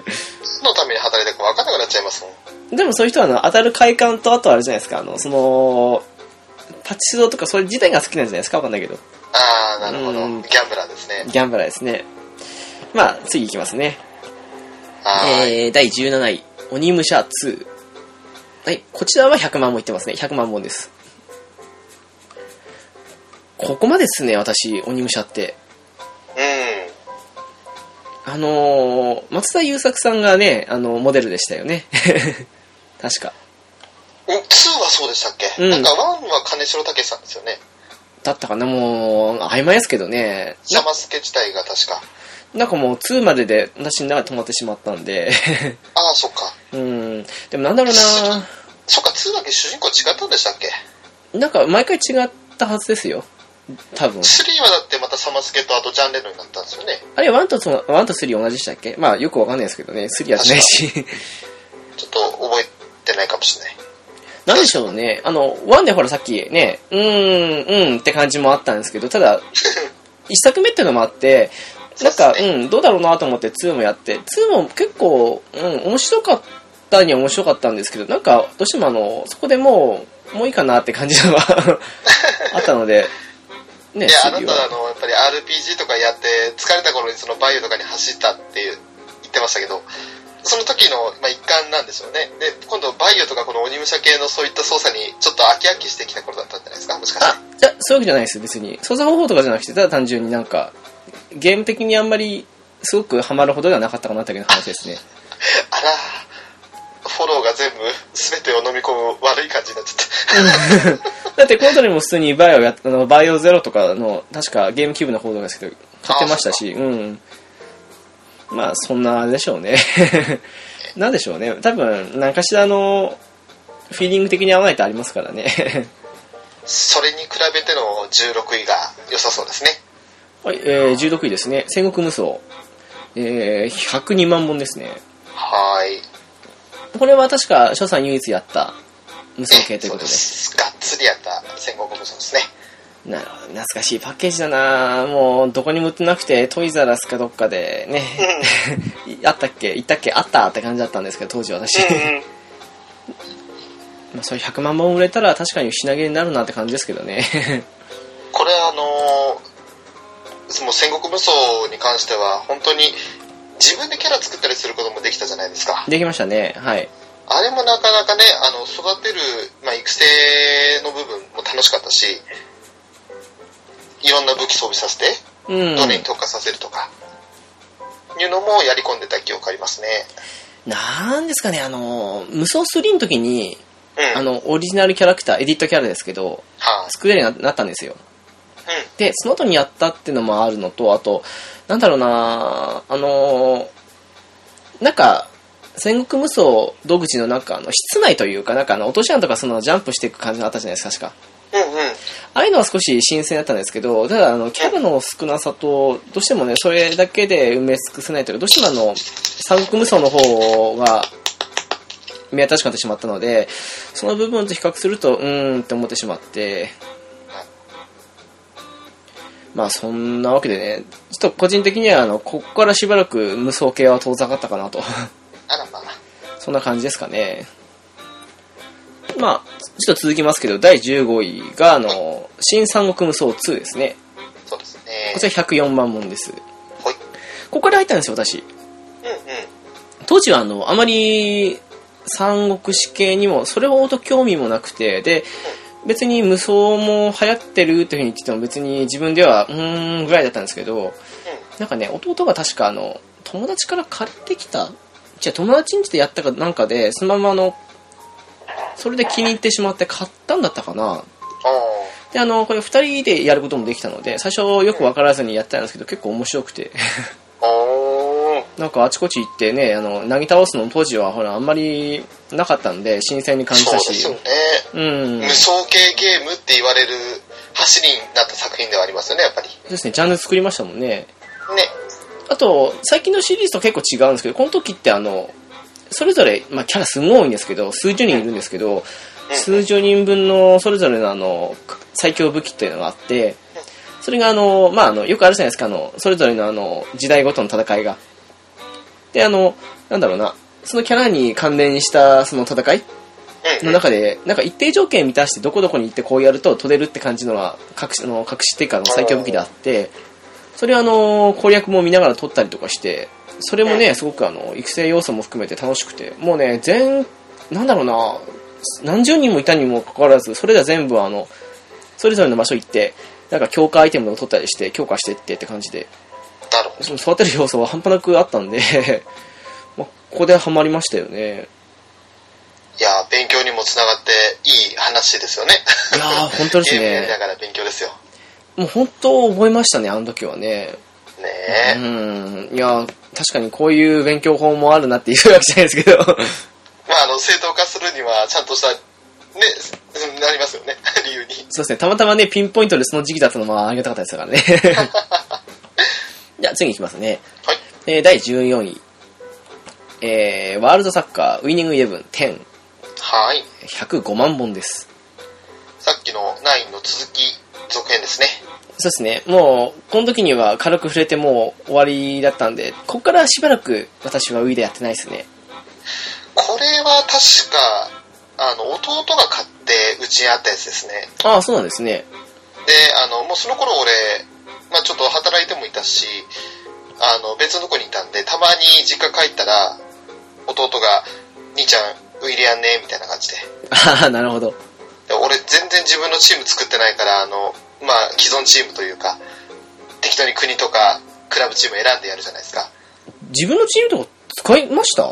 Speaker 2: 何のために働いたか分かんなくなっちゃいますもん。
Speaker 1: でもそういう人はあの当たる快感とあとはあれじゃないですかあのそのパチスロとかそれ自体が好きなんじゃないですかわかんないけど
Speaker 2: ああ、なるほど
Speaker 1: うん。
Speaker 2: ギャンブラーですね。
Speaker 1: ギャンブラーですねまあ次いきますね、
Speaker 2: あー
Speaker 1: えー、第17位鬼武者2はいこちらは100万本いってますね100万本ですここまでですね私鬼武者って
Speaker 2: うん。
Speaker 1: あのー、松田優作さんがねあのモデルでしたよね 確か
Speaker 2: お2はそうでしたっけ、
Speaker 1: うん
Speaker 2: なんか1は金城武さんですよね。
Speaker 1: だったかなもう曖昧ですけどね
Speaker 2: シャマスケ自体が確か。
Speaker 1: なんかもう2までで私の中で止まってしまったんで、
Speaker 2: ああ、そっか。
Speaker 1: うん、でもなんだろう
Speaker 2: そっか、2だけ主人公違ったんでしたっけ
Speaker 1: な、なんか毎回違ったはずですよ、多分
Speaker 2: ?3 はだってまたシャマスケとあとジャンレノになったんですよね。
Speaker 1: あれ、1とその1と3同じでしたっけまあよくわかんないですけどね、3やってないし、
Speaker 2: ちょっと覚えてないかもしれない。
Speaker 1: なんでしょうね、あの、1でほらさっきね、うーん、うんって感じもあったんですけど、た だ、1作目っていうのもあって、なん
Speaker 2: そ
Speaker 1: か、
Speaker 2: うです
Speaker 1: うん、どうだろうなと思って2もやって、2も結構、うん、面白かったには面白かったんですけど、なんか、どうしてもあの、そこでもう、もういいかなって感じのは あったので、ね、
Speaker 2: いや、あな
Speaker 1: 次
Speaker 2: たあ
Speaker 1: は。
Speaker 2: の、やっぱり RPG とかやって、疲れた頃にそのバイオとかに走ったっていう言ってましたけど、その時の、まあ、一環なんでしょうね。で、今度バイオとかこの鬼武者系のそういった操作にちょっと飽き飽きしてきた頃だったんじゃないですか、もしかして
Speaker 1: あ。、じゃそういうわけじゃないです、別に。操作方法とかじゃなくて、ただ単純になんか、ゲーム的にあんまり、すごくハマるほどではなかったかなっていう話ですね。
Speaker 2: あら、フォローが全部、すべてを飲み込む悪い感じになっちゃった。
Speaker 1: だって、コートにも普通にバイオや、あの、バイオゼロとかの、確かゲームキューブの方動ですけど、買ってましたし、うん。まあ、そんなあれでしょうね。 なんでしょうね。多分、何かしらの、フィーリング的に合わないとありますからね。
Speaker 2: それに比べての16位が良さそうですね。
Speaker 1: はい、えー、16位ですね。戦国無双。えー、102万本ですね。
Speaker 2: はーい。
Speaker 1: これは確か、所さん唯一やった、無双系というこ
Speaker 2: そう
Speaker 1: と
Speaker 2: で
Speaker 1: で。
Speaker 2: す。がっつりやった戦国武装ですね。
Speaker 1: なるほど。懐かしいパッケージだなもう、どこにも売ってなくて、トイザラスかどっかで ね、あったっけ行ったっけあったって感じだったんですけど、当時私。
Speaker 2: うんうん。
Speaker 1: まあ、それ100万本売れたら確かに品切れになるなって感じですけどね。
Speaker 2: これあのーもう戦国武装に関しては本当に自分でキャラ作ったりすることもできたじゃないですか。
Speaker 1: できましたね。はい。
Speaker 2: あれもなかなかね、あの、育てる、まあ、育成の部分も楽しかったし、いろんな武器装備させて、
Speaker 1: うん。
Speaker 2: どれに特化させるとか、いうのもやり込んでた記憶ありますね。
Speaker 1: なんですかね、あの、無双3の時に、
Speaker 2: うん。
Speaker 1: あの、オリジナルキャラクター、エディットキャラですけど、
Speaker 2: はい、
Speaker 1: 作れるようになったんですよ。
Speaker 2: うん。
Speaker 1: で、その後にやったっていうのもあるのと、あと、なんだろうなあのーなんか、戦国無双独自のなんかあの室内というかなんかあの落とし穴とかそのジャンプしていく感じのあったじゃないですか確か
Speaker 2: うんうん。
Speaker 1: ああいうのは少し新鮮だったんですけどただあのキャラの少なさとどうしてもねそれだけで埋め尽くせないというかどうしてもあの三国無双の方が目新しくなってしまったのでその部分と比較するとうーんって思ってしまってまあそんなわけでねちょっと個人的にはあのここからしばらく無双系は遠ざかったかなと。
Speaker 2: あらまあ。
Speaker 1: そんな感じですかね。まあ、ちょっと続きますけど、第15位が、あの、新三国無双2ですね。
Speaker 2: そうですね
Speaker 1: こ。ちら104万本です。
Speaker 2: ほい。
Speaker 1: ここから入ったんですよ、私。
Speaker 2: うんうん。
Speaker 1: 当時は、あの、あまり、三国志系にも、それほど興味もなくて、で、別に無双も流行ってるっていうふうに言ってても、別に自分では、うーん、ぐらいだったんですけど、なんかね、弟が確かあの、友達から借りてきた、じゃあ友達ん家でやったかなんかで、そのままあの、それで気に入ってしまって買ったんだったかな。
Speaker 2: う
Speaker 1: で、あの、これ二人でやることもできたので、最初よくわからずにやってたんですけど、結構面白くて。
Speaker 2: ん。おー。おー。
Speaker 1: なんかあちこち行ってね、あの、なぎ倒すのも当時はほら、あんまりなかったんで、新鮮に感じ
Speaker 2: そ
Speaker 1: た
Speaker 2: うです
Speaker 1: し
Speaker 2: よ。ね。
Speaker 1: うん。
Speaker 2: 無双系ゲームって言われる走りになった作品ではありますよね、やっぱり。
Speaker 1: そうですね、ジャンル作りましたもんね。
Speaker 2: ね。
Speaker 1: あと、最近のシリーズと結構違うんですけど、この時ってあの、それぞれ、まあ、キャラすごい多いんですけど、数十人いるんですけど、
Speaker 2: うん
Speaker 1: 数十人分のそれぞれのあの、最強武器っていうのがあって、それがあの、まあ、あの、よくあるじゃないですか、あの、それぞれのあの、時代ごとの戦いが。で、あの、なんだろうな、そのキャラに関連したその戦い
Speaker 2: うん
Speaker 1: の
Speaker 2: うん。
Speaker 1: 中で、なんか一定条件満たしてどこどこに行ってこうやると取れるって感じのが隠し、あの隠しっていうかあの最強武器であって、それはあの、攻略も見ながら取ったりとかして、それもね、すごくあの、育成要素も含めて楽しくて、もうね、全、なんだろうな、何十人もいたにもかかわらず、それら全部あの、それぞれの場所行って、なんか強化アイテムを取ったりして、強化してってって感じで、
Speaker 2: なるほど。
Speaker 1: その育てる要素は半端なくあったんで、 まあ、ここでハマりましたよね。
Speaker 2: いやー、勉強にもつながっていい話ですよね。
Speaker 1: いやー、本当です
Speaker 2: ゲー
Speaker 1: ね。
Speaker 2: ムやりながら勉強ですよ。
Speaker 1: もう本当覚えましたね、あの時はね。
Speaker 2: ね
Speaker 1: うん。
Speaker 2: え。
Speaker 1: いや、確かにこういう勉強法もあるなっていうわけじゃないですけど。
Speaker 2: まあ、あの、正当化するには、ちゃんとした、ね、うんなりますよね。 理由に。
Speaker 1: そうですね、たまたまね、ピンポイントでその時期だったのもありがたかったですからね。 じゃあ次行きますね。
Speaker 2: はい。
Speaker 1: えー第14位。えー、ワールドサッカーウィニングイレブン10。
Speaker 2: はい。
Speaker 1: 105万本です。
Speaker 2: さっきの9の続き、続編ですね。
Speaker 1: そうですね、もう、この時には軽く触れてもう終わりだったんで、ここからしばらく私はウィでやってないですね。
Speaker 2: これは確か、あの、弟が買って、うちにあったやつですね。
Speaker 1: ああ、そうなんですね。
Speaker 2: で、あの、もうその頃俺、まあちょっと働いてもいたし、あの、別の子にいたんで、たまに実家帰ったら、弟が、兄ちゃん、ウィリアンね、みたいな感じで。
Speaker 1: ああ、なるほど。
Speaker 2: で俺、全然自分のチーム作ってないから、あの、まあ既存チームというか、適当に国とか、クラブチーム選んでやるじゃないですか。
Speaker 1: 自分のチームとか使いました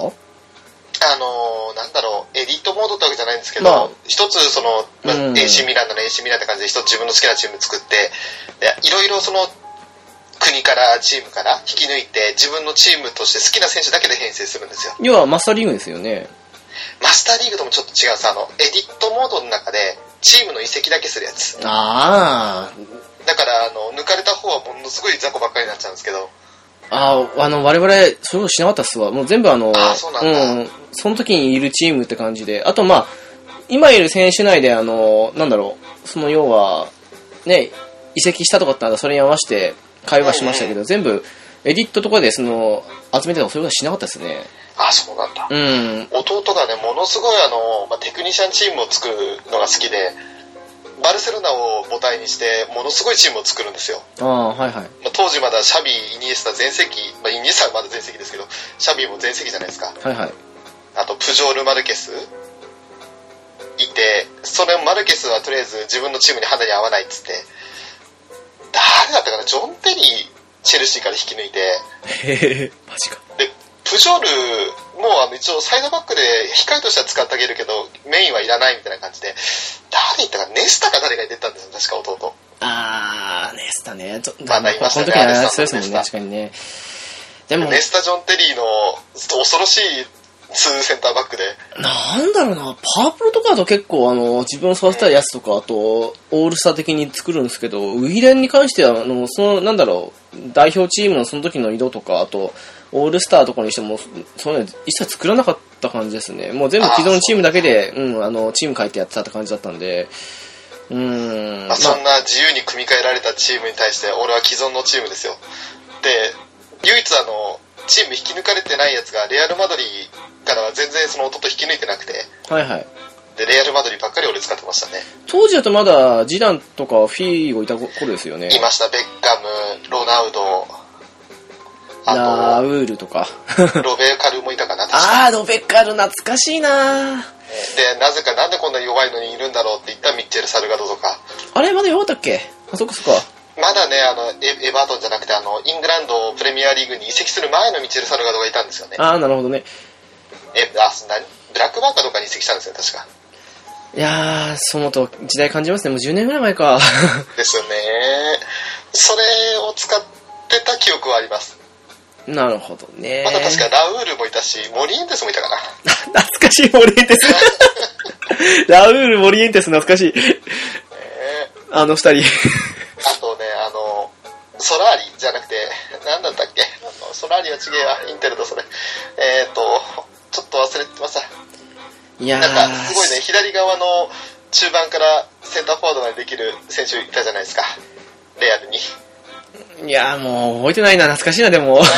Speaker 2: あのーなんだろう、エリートモードってわけじゃないんですけど、
Speaker 1: まあ
Speaker 2: 一つその、まあ
Speaker 1: うん
Speaker 2: AC ミランなら AC ミランって感じで一つ自分の好きなチーム作って、でいろいろその国からチームから引き抜いて自分のチームとして好きな選手だけで編成するんですよ。
Speaker 1: 要はマスターリングですよね。
Speaker 2: マスターリーグともちょっと違うさ、あの、エディットモードの中でチームの移籍だけするやつ。
Speaker 1: あ
Speaker 2: だから、あの、抜かれた方はものすごい雑魚ばっかりになっちゃうんですけど、
Speaker 1: あ。ああ、あの、我々、そういうことしなかったっすわ。もう全部あの、
Speaker 2: あーそうなんだ
Speaker 1: ん、その時にいるチームって感じで。あと、まあ、今いる選手内で、あの、なんだろう、その要は、ね、移籍したとかってあったらそれに合わせて会話しましたけど、全部、エディットとかで、その、集めてたとかそういうことはしなかったですね。
Speaker 2: あ、そうなんだ。
Speaker 1: うん。
Speaker 2: 弟がねものすごいあの、まあ、テクニシャンチームを作るのが好きでバルセロナを母体にしてものすごいチームを作るんですよ、
Speaker 1: ああ、はいはい。
Speaker 2: まあ、当時まだシャビイニエスタ全盛期、まあ、イニエスタはまだ全盛期ですけどシャビも全盛期じゃないですか
Speaker 1: はい はい。
Speaker 2: あとプジョール・マルケスいてそれマルケスはとりあえず自分のチームに肌に合わないっつって誰だったかなジョン・ペリーチェルシーから引き抜いて
Speaker 1: へえ、マジか。
Speaker 2: でプジョルもあの一応サイドバックで控えとしては使ってあげるけどメインはいらないみたいな感じで誰言ったかネスタか誰が出たんですよ確か弟
Speaker 1: あー、ネスタね。ちょ
Speaker 2: まだいましたね
Speaker 1: この時は
Speaker 2: アレスタ
Speaker 1: そうですもんね、
Speaker 2: ネスタ
Speaker 1: 確かにね。でも
Speaker 2: ネ、スタ・ジョン・テリーの恐ろしい2センターバックで。
Speaker 1: なんだろうな、パープルとかだと結構あの、自分を育てたいやつとか、あと、オールスター的に作るんですけど、ウィレンに関しては、あの、その、なんだろう、代表チームのその時の色とか、あと、オールスターとかにしても、そういうの一切作らなかった感じですね。もう全部既存のチームだけで、うん、あの、チーム変えてやってたって感じだったんで、うーん、ま
Speaker 2: まあ、
Speaker 1: あ、
Speaker 2: そんな自由に組み替えられたチームに対して、俺は既存のチームですよ。で、唯一あの、チーム引き抜かれてないやつが、レアル・マドリーからは全然その弟引き抜いてなくて、
Speaker 1: はいはい。
Speaker 2: で、レアル・マドリーばっかり俺使ってましたね。
Speaker 1: 当時だとまだ、ジダンとかフィーゴいた頃ですよね。
Speaker 2: いました、ベッカム、ロナウド、あ
Speaker 1: ラウールとか。
Speaker 2: と、ロベカルもいたかな、確か
Speaker 1: あー、ロベッカル懐かしいな
Speaker 2: で、なぜかなんでこんな弱いのにいるんだろうって言ったミッチェル・サルガドとか、
Speaker 1: あれ、まだ弱かったっけあ、そっかそっか。
Speaker 2: まだね、あの、エエバートンじゃなくて、あの、イングランドプレミアリーグに移籍する前のミッチェル・サルガドがいたんですよね。
Speaker 1: あー、なるほどね。
Speaker 2: え、あ、なブラックバーカーとかに移籍したんですよ、確か。
Speaker 1: いやー、そのと時代感じますね。もう10年ぐらい前か。
Speaker 2: ですよね。それを使ってた記憶はあります。
Speaker 1: なるほどね。
Speaker 2: また確かラウールもいたし、モリエンテスもいたかな。
Speaker 1: 懐かしい、モリエンテス。 ラウール、モリエンテス懐かしい。
Speaker 2: えー
Speaker 1: あの 二人。
Speaker 2: あとね、あの、ソラーリじゃなくて、何だったっけあのソラーリは違えわ、インテルだ、それ。えっ、ー、と、ちょっと忘れてました。
Speaker 1: いやー、
Speaker 2: なんか、すごいね、左側の中盤からセンターフォワードまでできる選手いたじゃないですか。レアルに。
Speaker 1: いやーもう覚えてないな、懐かしいな、でも。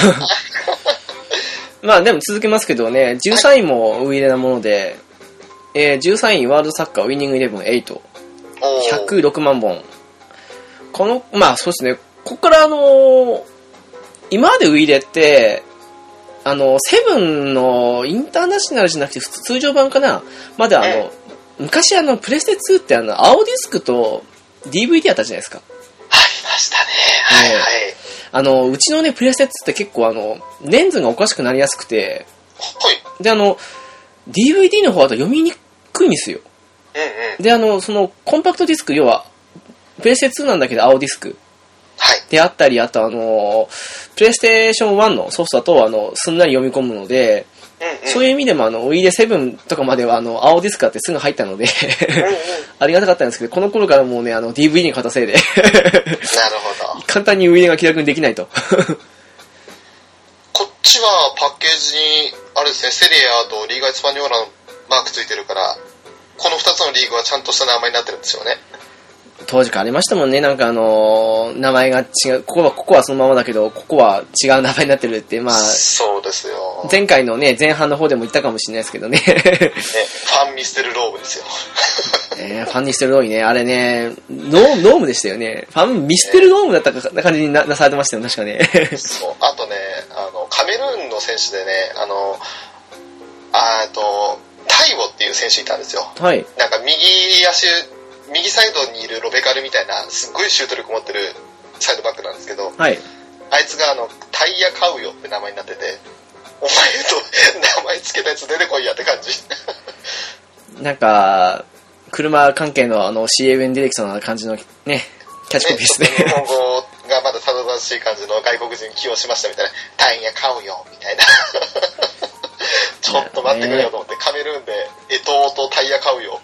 Speaker 1: まあでも続けますけどね、13位もウイレなもので、えー、13位ワールドサッカーウィニングイレブン8。
Speaker 2: おー
Speaker 1: 106万本。この、まあそうですね、ここからあのー今までウイレって、あの、セブンのインターナショナルじゃなくて普通通常版かなまであの、昔あの、プレステ2ってあの、青ディスクと DVD あったじゃないですか。
Speaker 2: ありましたね。はいはい。
Speaker 1: あの、うちのね、プレステ2って結構あの、レンズがおかしくなりやすくて、
Speaker 2: はい。
Speaker 1: で、あの、DVD の方だと読みにくいんですよ。
Speaker 2: うんうん。
Speaker 1: で、あの、その、コンパクトディスク、要は、プレステ2なんだけど青ディスク
Speaker 2: はい。
Speaker 1: であったり、あとあの、プレイステーション1のソフトだと、あの、すんなり読み込むので、
Speaker 2: うんうん。
Speaker 1: そういう意味でもあの、ウィーデ7とかまではあの、青ディスクあってすぐ入ったので、
Speaker 2: うんうん
Speaker 1: ありがたかったんですけど、この頃からもうね、あの、DVD に買ったせいで、
Speaker 2: なるほど。
Speaker 1: 簡単にウィーデが気楽にできないと。
Speaker 2: こっちはパッケージに、あれですね、セリアとリーガ・エスパニョーラのマークついてるから、この2つのリーグはちゃんとした名前になってるんですよね。
Speaker 1: 当時からありましたもんね、なんかあの名前が違う、ここは、ここはそのままだけど、ここは違う名前になってるって、まあ、
Speaker 2: そうですよ。ね、
Speaker 1: 前回のね、前半の方でも言ったかもしれないですけどね。
Speaker 2: ファンミステルローブですよ。
Speaker 1: えーファンにしてるドームね、あれね、ノーノームでしたよね。ファン、ミステルドームだったかな感じにななされてましたよ、確かね。
Speaker 2: そう。あとね、あの、カメルーンの選手でね、あの、あーえっと、タイボっていう選手いたんですよ。
Speaker 1: はい。
Speaker 2: なんか右足、右サイドにいるロベカルみたいな、すっごいシュート力持ってるサイドバックなんですけど、
Speaker 1: はい。
Speaker 2: あいつがあの、タイヤ買うよって名前になってて、お前と名前つけたやつ出てこいやって感 じ。
Speaker 1: なんか、車関係のあの CM に出てきそうな感じのね、キャッチコピーですね。
Speaker 2: ねちょ っと日本語がまだたどたどしい感じの外国人起用しましたみたいな、タイヤ買うよみたいな。 ちょっと待ってくれよと思って、カメルーンで、えとうとタイヤ買うよ。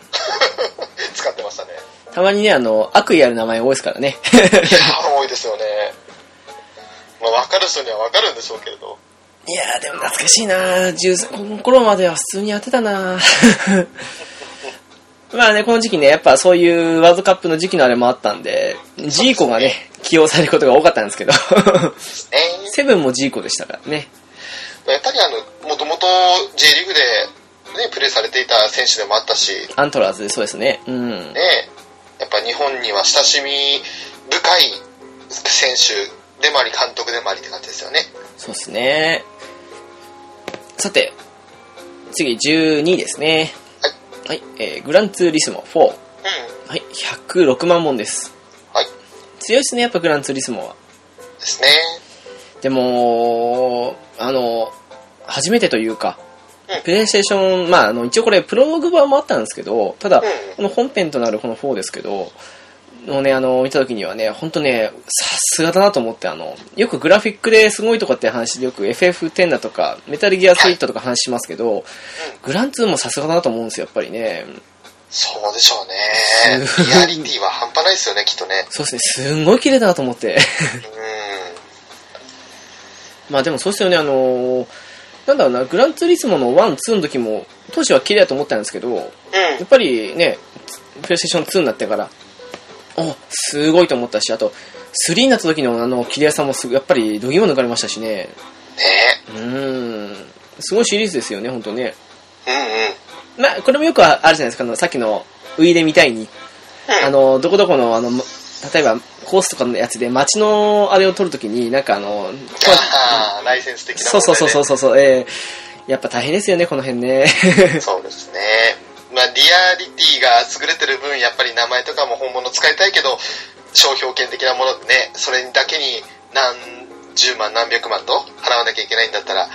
Speaker 2: 使ってましたね。
Speaker 1: たまにね、あの、悪意ある名前多いですからね。
Speaker 2: いやー、多いですよね。まあ、わかる人にはわかるんでしょうけれど。
Speaker 1: いやー、でも懐かしいなー13この頃までは普通にやってたなー まあね、この時期ね、やっぱそういうワールドカップの時期のあれもあったんで、ジーコがね、起用されることが多かったんですけど、
Speaker 2: え
Speaker 1: セブンもジーコでしたからね。
Speaker 2: やっぱりあの、もともと J リーグで、ね、プレーされていた選手でもあったし、
Speaker 1: アントラーズでそうですね。うん。
Speaker 2: ね、やっぱ日本には親しみ深い選手でもあり監督でもありって感じですよね。
Speaker 1: そうですね。さて、次12位ですね。はい、えー、グランツーリスモ4。
Speaker 2: うん。
Speaker 1: はい、106万本です。
Speaker 2: はい。
Speaker 1: 強いですね、やっぱグランツーリスモは。
Speaker 2: ですね。
Speaker 1: でも、あの、初めてというか
Speaker 2: うん、
Speaker 1: プレイステーション、まあ、あの、一応これ、プロローグ版もあったんですけど、ただ、
Speaker 2: ん
Speaker 1: この本編となるこの4ですけど、のね、あの、見た時にはね、ほんとね、さすがだなと思って、あの、よくグラフィックですごいとかって話でよく FF10 だとか、メタルギアスイットとか話しますけど、グランツーもさすがだなと思うんですよ、やっぱりね。
Speaker 2: そうでしょうね。リアリティは半端ないですよね、きっとね。
Speaker 1: そうですね、すんごい綺麗だなと思って。
Speaker 2: う
Speaker 1: まあでもそうですよね、あのーなんだろうな、グランツーリスモの1、2の時も、当時は綺麗だと思ったんですけど、や
Speaker 2: ん。うん
Speaker 1: っ。ぱりね、プレイステーション2になってから、おすごいと思ったし、あと、3になった時のあの、綺麗さもすぐ、やっぱり、どぎも抜かれましたしね。
Speaker 2: ね
Speaker 1: うーん。すごいシリーズですよね、ほんとね。
Speaker 2: うんうん。
Speaker 1: まあ、これもよくああるじゃないですか、あの、さっきの、ウイイレみたいに、
Speaker 2: うん
Speaker 1: あの、どこどこの、あの、ま例えば、コースとかのやつで、街のあれを取るときに、なんかあの、こう
Speaker 2: ああ、ライセンス的な、ね。
Speaker 1: そうそうそうそうそうそう、えーやっぱ大変ですよね、この辺ね。
Speaker 2: そうですね。まあ、リアリティが優れてる分、やっぱり名前とかも本物使いたいけど、商標権的なものでね、それだけに何十万何百万と払わなきゃいけないんだったら、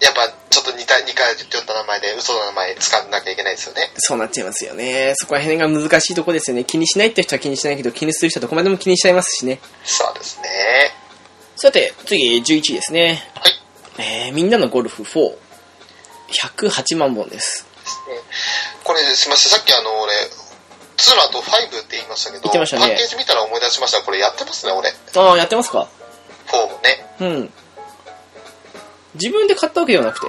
Speaker 2: やっぱちょっと似た、似通った名前で嘘の名前使んなきゃいけないですよね。
Speaker 1: そうなっちゃいますよね。そこら辺が難しいとこですよね。気にしないって人は気にしないけど、気にする人はどこまでも気にしちゃいますしね。
Speaker 2: そうですね。
Speaker 1: さて、次、11ですね。
Speaker 2: はい。
Speaker 1: えー、みんなのゴルフ4。108万本です。
Speaker 2: これすみません、さっきあの、俺、2の後5って言いましたけど、
Speaker 1: 言ってましたね
Speaker 2: パッケージ見たら思い出しました。これやってますね、俺。
Speaker 1: ああ、やってますか
Speaker 2: 4もね。
Speaker 1: うん。自分で買ったわけではなくて。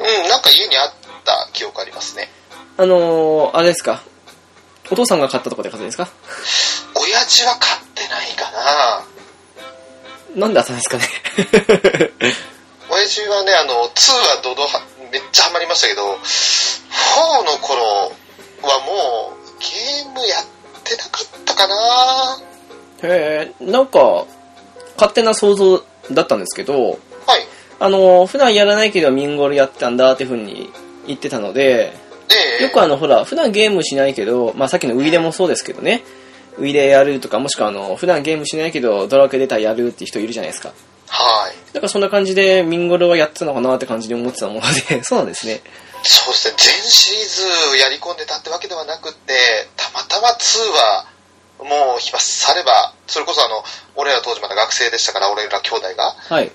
Speaker 2: うん、なんか家にあった記憶ありますね。
Speaker 1: あのー、あれですか。お父さんが買ったとかで買ったんですか
Speaker 2: 親父は買ってないか
Speaker 1: な
Speaker 2: な
Speaker 1: んで当たんですかね。
Speaker 2: 親父はねあの2はドドはめっちゃハマりましたけど4の頃はもうゲームやってなかったかな
Speaker 1: へえ、なんか、勝手な想像だったんですけど、
Speaker 2: はい
Speaker 1: あの、普段やらないけどミンゴルやってたんだっていう風に言ってたので、
Speaker 2: で
Speaker 1: よくあの、ほら、普段ゲームしないけど、まあさっきのウイレもそうですけどね、ウイレやるとか、もしくはあの、普段ゲームしないけど、ドラクエ出たらやるっていう人いるじゃないですか。
Speaker 2: はい
Speaker 1: だからそんな感じでミンゴルはやってたのかなって感じで思ってたもので、 そうなんですね。
Speaker 2: そうですね全シリーズやり込んでたってわけではなくってたまたま2はもう暇さればそれこそあの俺ら当時まだ学生でしたから俺ら兄弟が
Speaker 1: はい。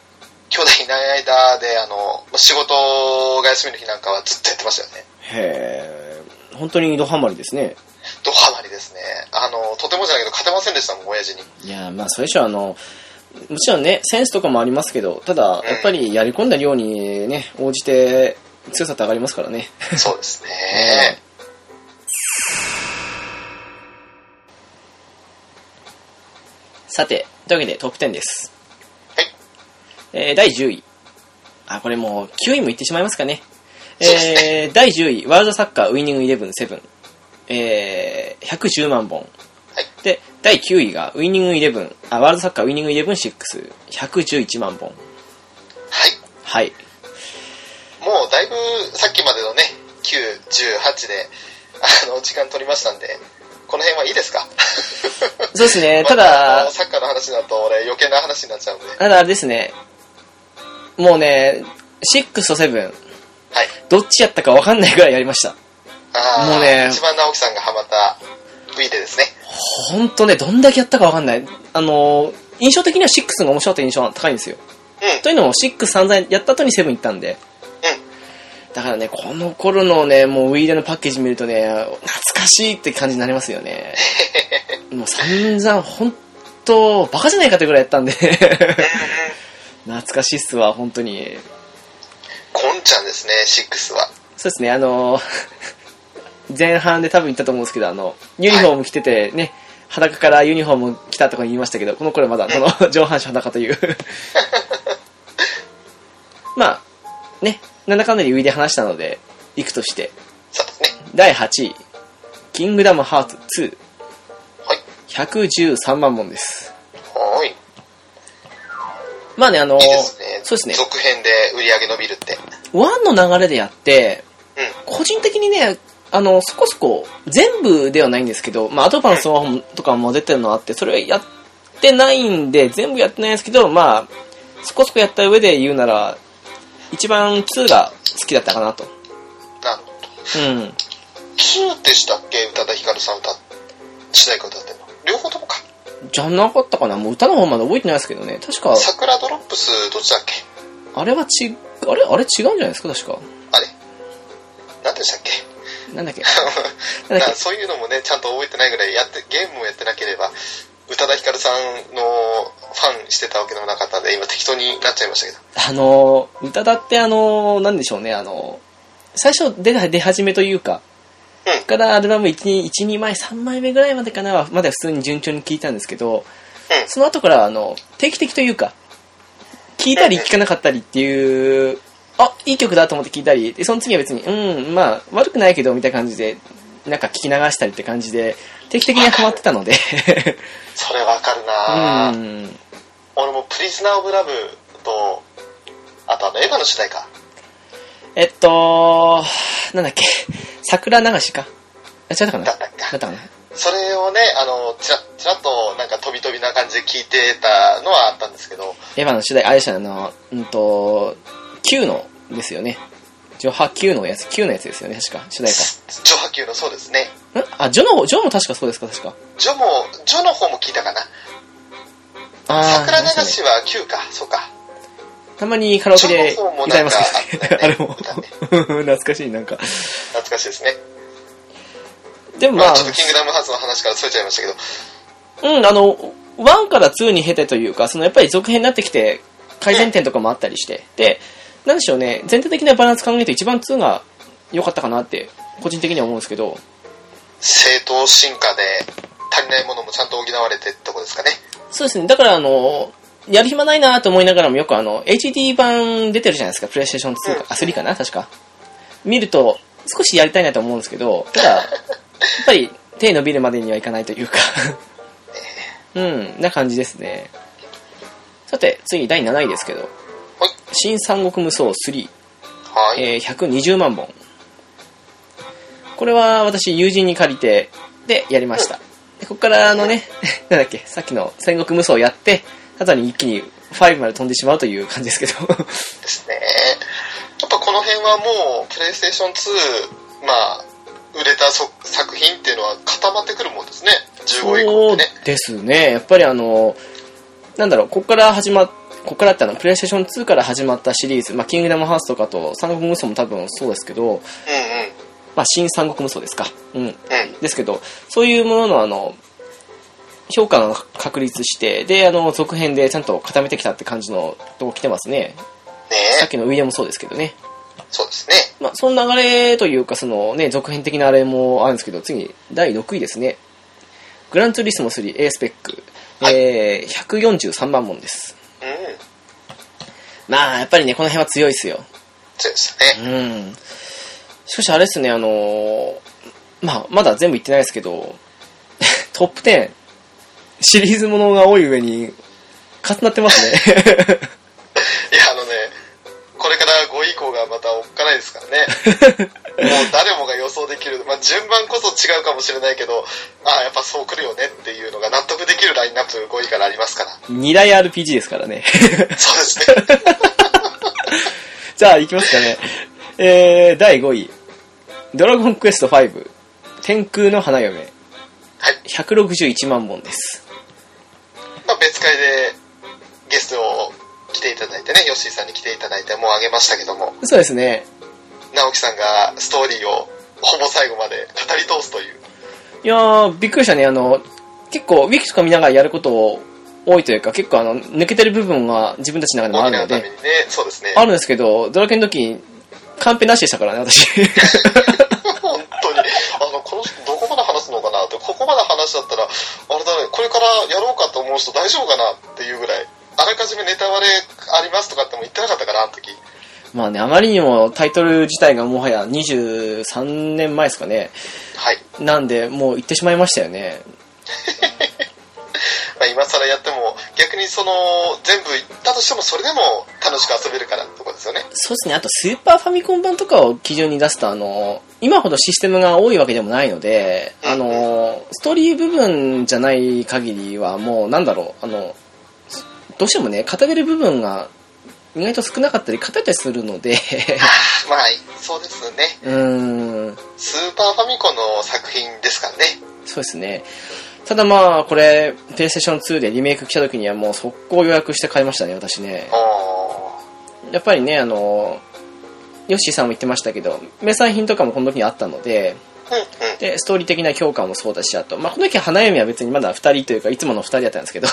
Speaker 2: 兄弟いない間であの仕事が休みの日なんかはずっとやってましたよね
Speaker 1: へえ、本当にドハマりですね。
Speaker 2: ドハマりですね。あの、とてもじゃないけど、勝てませんでしたもん、親父 に。
Speaker 1: いやーまあそれ以上あのもちろんねセンスとかもありますけどただやっぱりやり込んだ量にね応じて強さって上がりますからね
Speaker 2: そうですね。
Speaker 1: さてというわけでトップ10です
Speaker 2: はい
Speaker 1: えー第10位あこれもう9位もいってしまいますかね
Speaker 2: そうですね
Speaker 1: えー第10位ワールドサッカーウイニングイレブンセブンえー110万本
Speaker 2: はい
Speaker 1: で第9位がウイニングイレブンあワールドサッカーウイニングイレブン6111万本
Speaker 2: はい。
Speaker 1: はい
Speaker 2: もう、だいぶ、さっきまでのね、9、18で、あの、時間取りましたんで、この辺はいいですか
Speaker 1: そうですねた
Speaker 2: まあ
Speaker 1: だ
Speaker 2: あのサッカーの話だと、俺、余計な話になっちゃうんで。はい。
Speaker 1: ただあれですね、もうね、6と7、どっちやったか分かんないぐらいやりました。
Speaker 2: あー
Speaker 1: もうね
Speaker 2: 一番直樹さんがハマった、V でですね。
Speaker 1: ほんとね、どんだけやったか分かんない。あのー、印象的には6が面白かった印象が高いんですよ。
Speaker 2: うん。
Speaker 1: というのも、6散々やった後に7行ったんで。だからね、この頃のね、もうウィーレのパッケージ見るとね、懐かしいって感じになりますよね。もう散々、ほんと、バカじゃないかってぐらいやったんで。 懐かしいっすわ、本当に。
Speaker 2: こんちゃんですね、6は。
Speaker 1: そうですね、あの ー前半で多分言ったと思うんですけど、あの、ユニフォーム着ててね、裸からユニフォーム着たとか言いましたけど、この頃まだこの 上半身裸と いう。まあ、ね、なんだかんだで上で話したので、行くとして、
Speaker 2: そうですね。
Speaker 1: 第8位、キングダムハーツ2、
Speaker 2: はい。
Speaker 1: 113万本です。
Speaker 2: はーい。
Speaker 1: まあね、あのー
Speaker 2: いいですね。
Speaker 1: そうですね、
Speaker 2: 続編で売り上げ伸びるって。
Speaker 1: 1の流れでやって、
Speaker 2: うん。
Speaker 1: 個人的にね、あの、そこそこ、全部ではないんですけど、まあ、アドバンスワンとかも出てるのあって、それはやってないんで、全部やってないんですけど、まあ、そこそこやった上で言うなら、一番2が好きだったかなと。
Speaker 2: なるほ
Speaker 1: う
Speaker 2: ど。
Speaker 1: ん。
Speaker 2: 2でしたっけ宇多田ヒカルさん歌っ主題歌歌ってるの両方ともか
Speaker 1: じゃなかったかなもう歌の方まで覚えてないですけどね。確か、
Speaker 2: 桜ドロップスどっちだっけ
Speaker 1: あれはち、あれあれ違うんじゃないですか確か。
Speaker 2: あれ何でした っけ
Speaker 1: なんだっけなん
Speaker 2: だ
Speaker 1: だ
Speaker 2: か
Speaker 1: っ
Speaker 2: らそういうのもねちゃんと覚えてないぐらいやってゲームをやってなければ宇多田ヒカルさんのファンしてたわけでもなかったんで今適当になっちゃいましたけど
Speaker 1: けあのー、歌だってあのー、なんでしょうね、あのー、最初出出始めというか、
Speaker 2: うん
Speaker 1: からアルバム1、1 2枚、3枚目ぐらいまでかな、まで普通に順調に聴いたんですけど、
Speaker 2: うん
Speaker 1: その後から、あの、定期的というか、聴いたり聴かなかったりっていう、あ、いい曲だと思って聴いたり、で、その次は別に、うん、まあ、悪くないけど、みたいな感じで、なんか聞き流したりって感じで、定期的にハマってたので、
Speaker 2: それわか る
Speaker 1: う
Speaker 2: な、ぁ
Speaker 1: ん。
Speaker 2: 俺も「プリズナー・オブ・ラブ」とあとあの映画の主題歌
Speaker 1: えっと、なんだっけ、桜流しか。あ、違ったかなだ
Speaker 2: だ
Speaker 1: っ
Speaker 2: ったっけ
Speaker 1: たかな
Speaker 2: それをねあのちらちらっとなんか飛び飛びな感じで聞いてたのはあったんですけど
Speaker 1: エヴァの主題、あれでしたね、あの、うんと、Q のですよね。ジョハ Q のやつ、Q のやつですよね、確か。主題
Speaker 2: ジョ波級のそうですね
Speaker 1: 歌。んあ、ジョの、ジョも確かそうですか、確か。
Speaker 2: ジョもジョの方も聞いたかな
Speaker 1: あー
Speaker 2: 桜流
Speaker 1: ありました
Speaker 2: し
Speaker 1: ね
Speaker 2: は9かそうか
Speaker 1: たまにカラオケで
Speaker 2: ジョの方も
Speaker 1: 歌
Speaker 2: ないん
Speaker 1: ま
Speaker 2: か
Speaker 1: すけどね。 あ
Speaker 2: あ
Speaker 1: れ
Speaker 2: ったね
Speaker 1: も。
Speaker 2: 歌ね
Speaker 1: 懐かしい、なんか。
Speaker 2: 懐かしいですね
Speaker 1: でもま
Speaker 2: ま
Speaker 1: あ
Speaker 2: あ、ちょっとキングダムハーツの話からそれちゃいましたけど、
Speaker 1: うん、あの、1から2に経てというか、そのやっぱり続編になってきて、改善点とかもあったりして、で、なんでしょうね、全体的なバランス考えると一番2が良かったかなって、個人的には思うんですけど、
Speaker 2: 正当進化で足りないものもちゃんと補われてってとこですかね。
Speaker 1: そうですね、だからあの、やる暇ないなと思いながらもよくあの、HD 版出てるじゃないですか、プレイステーション2か、あ、3かな、確か。見ると、少しやりたいなと思うんですけど、ただ、やっぱり手伸びるまでにはいかないというか、うん、な感じですね。さて、次第7位ですけど、
Speaker 2: はい。
Speaker 1: 新三国無双3、
Speaker 2: はい。
Speaker 1: えー、120万本。これは私、友人に借りて、で、やりました。でここから、あのね、 なんだっけ、さっきの戦国無双をやって、あとに一気に5まで飛んでしまうという感じですけど。
Speaker 2: ですね。やっぱこの辺はもう、プレイステーション2、まあ、売れたそ作品っていうのは固まってくるもんですね。15以降
Speaker 1: そ
Speaker 2: っ
Speaker 1: う
Speaker 2: てね。
Speaker 1: ですね。やっぱりあの、なんだろう、ここから始まっ、ここからってあの、プレイステーション2から始まったシリーズ、まあ、キングダムハーツとかと、三国無双も多分そうですけど、まあ、新三国無双ですか。うん。
Speaker 2: うんうん。うん。
Speaker 1: ですけど、そういうものの、あの、評価が確立して、で、あの、続編でちゃんと固めてきたって感じのとこ来てますね。さっ
Speaker 2: ね
Speaker 1: きのウィリアムもそうですけどね。
Speaker 2: そうですね。
Speaker 1: まあ、その流れというか、そのね、続編的なあれもあるんですけど、次、第6位ですね。グランツーリスモ 3A スペック。
Speaker 2: はい
Speaker 1: えー、143万本です。
Speaker 2: うん。
Speaker 1: まあ、やっぱりね、この辺は強いですよ。
Speaker 2: そうですね。
Speaker 1: うん。しかしあれですね、あのーまあ、まだ全部言ってないですけど、 トップ10、シリーズものが多い上に、重なってますね。
Speaker 2: いや、あのね、これから5位以降がまたおっかないですから ね。もう誰もが予想できる、まあ、順番こそ違うかもしれないけど、ああ、やっぱそう来るよねっていうのが納得できるラインナップ5位からありますから。
Speaker 1: 二大 RPG ですからね。
Speaker 2: そうですね。
Speaker 1: じゃあ、行きますかね。えー、第5位。ドラゴンクエスト5、天空の花嫁。
Speaker 2: はい。
Speaker 1: 161万本です。
Speaker 2: まあ、別会でゲストを来ていただいてね、ヨッシーさんに来ていただいて、もうあげましたけども、
Speaker 1: そうですね。
Speaker 2: 直樹さんがストーリーをほぼ最後まで語り通すという。
Speaker 1: いやー、びっくりしたね。あの、結構、ウィキとか見ながらやることを多いというか、結構、あの、抜けてる部分は自分たちの中でもあ
Speaker 2: 沖
Speaker 1: る
Speaker 2: 縄
Speaker 1: の
Speaker 2: のため
Speaker 1: で、
Speaker 2: にね、そうですね。
Speaker 1: あるんですけど、ドラケンの時、カンペなしでしたからね、私。
Speaker 2: 本当に。あの、この人どこまで話すのかなって、ここまで話だったら、あれだね、これからやろうかと思う人大丈夫かなっていうぐらい、あらかじめネタ割れありますとかっても言ってなかったから、あの時。
Speaker 1: まあね、あまりにもタイトル自体がもはや23年前ですかね。
Speaker 2: はい。
Speaker 1: なんで、もう行ってしまいましたよね。
Speaker 2: まあ、今更やっても、逆にその、全部言ったとしても、それでも楽しく遊べるからってことですよね。
Speaker 1: そうですね、あとスーパーファミコン版とかを基準に出すと、あの、今ほどシステムが多いわけでもないので、あの、ストーリー部分じゃない限りはもう、なんだろう、あの、どうしてもね、語れる部分が意外と少なかったり、語ったりするので、
Speaker 2: まあ、そうですね。
Speaker 1: うーん、
Speaker 2: スーパーファミコンの作品ですからね。
Speaker 1: そうですね。ただまあ、これ、PlayStation 2でリメイク来た時にはもう速攻予約して買いましたね、私ね。
Speaker 2: あ
Speaker 1: やっぱりね、あの、ヨッシーさんも言ってましたけど、名産品とかもこの時にあったので、
Speaker 2: ーうんうん
Speaker 1: で、ストーリー的な強化もそうだし、あと、まあ、この時は花嫁は別にまだ2人というか、いつもの2人だったんですけど、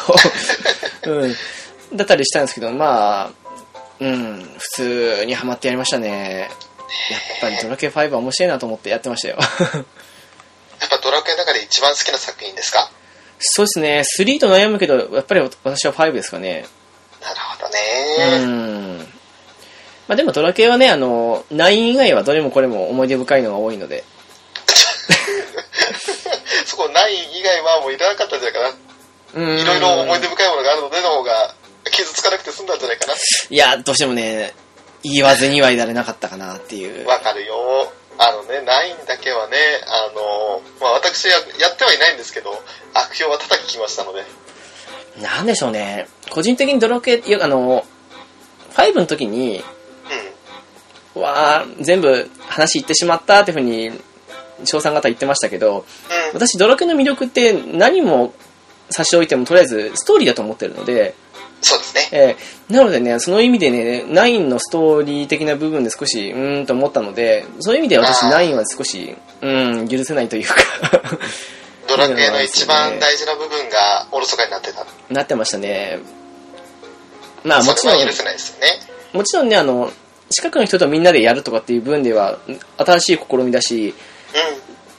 Speaker 1: うん、だったりしたんですけど、まあ、うん、普通にハマってやりましたね。やっぱりドラケ5は面白いなと思ってやってましたよ。
Speaker 2: やっぱドラクエの中で一番好きな作品ですか
Speaker 1: そうですね、3と悩むけど、やっぱり私は5ですかね。
Speaker 2: なるほど
Speaker 1: う
Speaker 2: ね、
Speaker 1: ん。まあでもドラケはね、あの、9以外はどれもこれも思い出深いのが多いので。
Speaker 2: そこない以外はもういらなかったんじゃないか
Speaker 1: うん
Speaker 2: ないろいろ思い出深いものがあるのでの方が傷つかなくて済んだんじゃないかない
Speaker 1: や、どうしてもね、言わずにはいられなかったかなっていう。
Speaker 2: わかるよあのねないんだけはねあのまあ私ややってはいないんですけど悪評は叩ききましたので
Speaker 1: なんでしょうね。個人的にドラケよあの、5の時に、
Speaker 2: う
Speaker 1: わあ全部話言ってしまったっていうふうに、翔さん方言ってましたけど、
Speaker 2: んうん
Speaker 1: 私ドラケの魅力って何も差し置いてもとりあえずストーリーだと思ってるので、
Speaker 2: そうですね
Speaker 1: えーなのでね、その意味でね、9のストーリー的な部分で少し、うーんと思ったので、そういう意味で私
Speaker 2: あー
Speaker 1: 9は少し、うん、許せないというか、
Speaker 2: ドラクエの一番大事な部分がおろそかになってた
Speaker 1: なってましたね。まあもち
Speaker 2: それ
Speaker 1: ろ
Speaker 2: は
Speaker 1: ん
Speaker 2: 許、せないですよね
Speaker 1: もちろんね、あの、近くの人とみんなでやるとかっていう分では、新しい試みだし、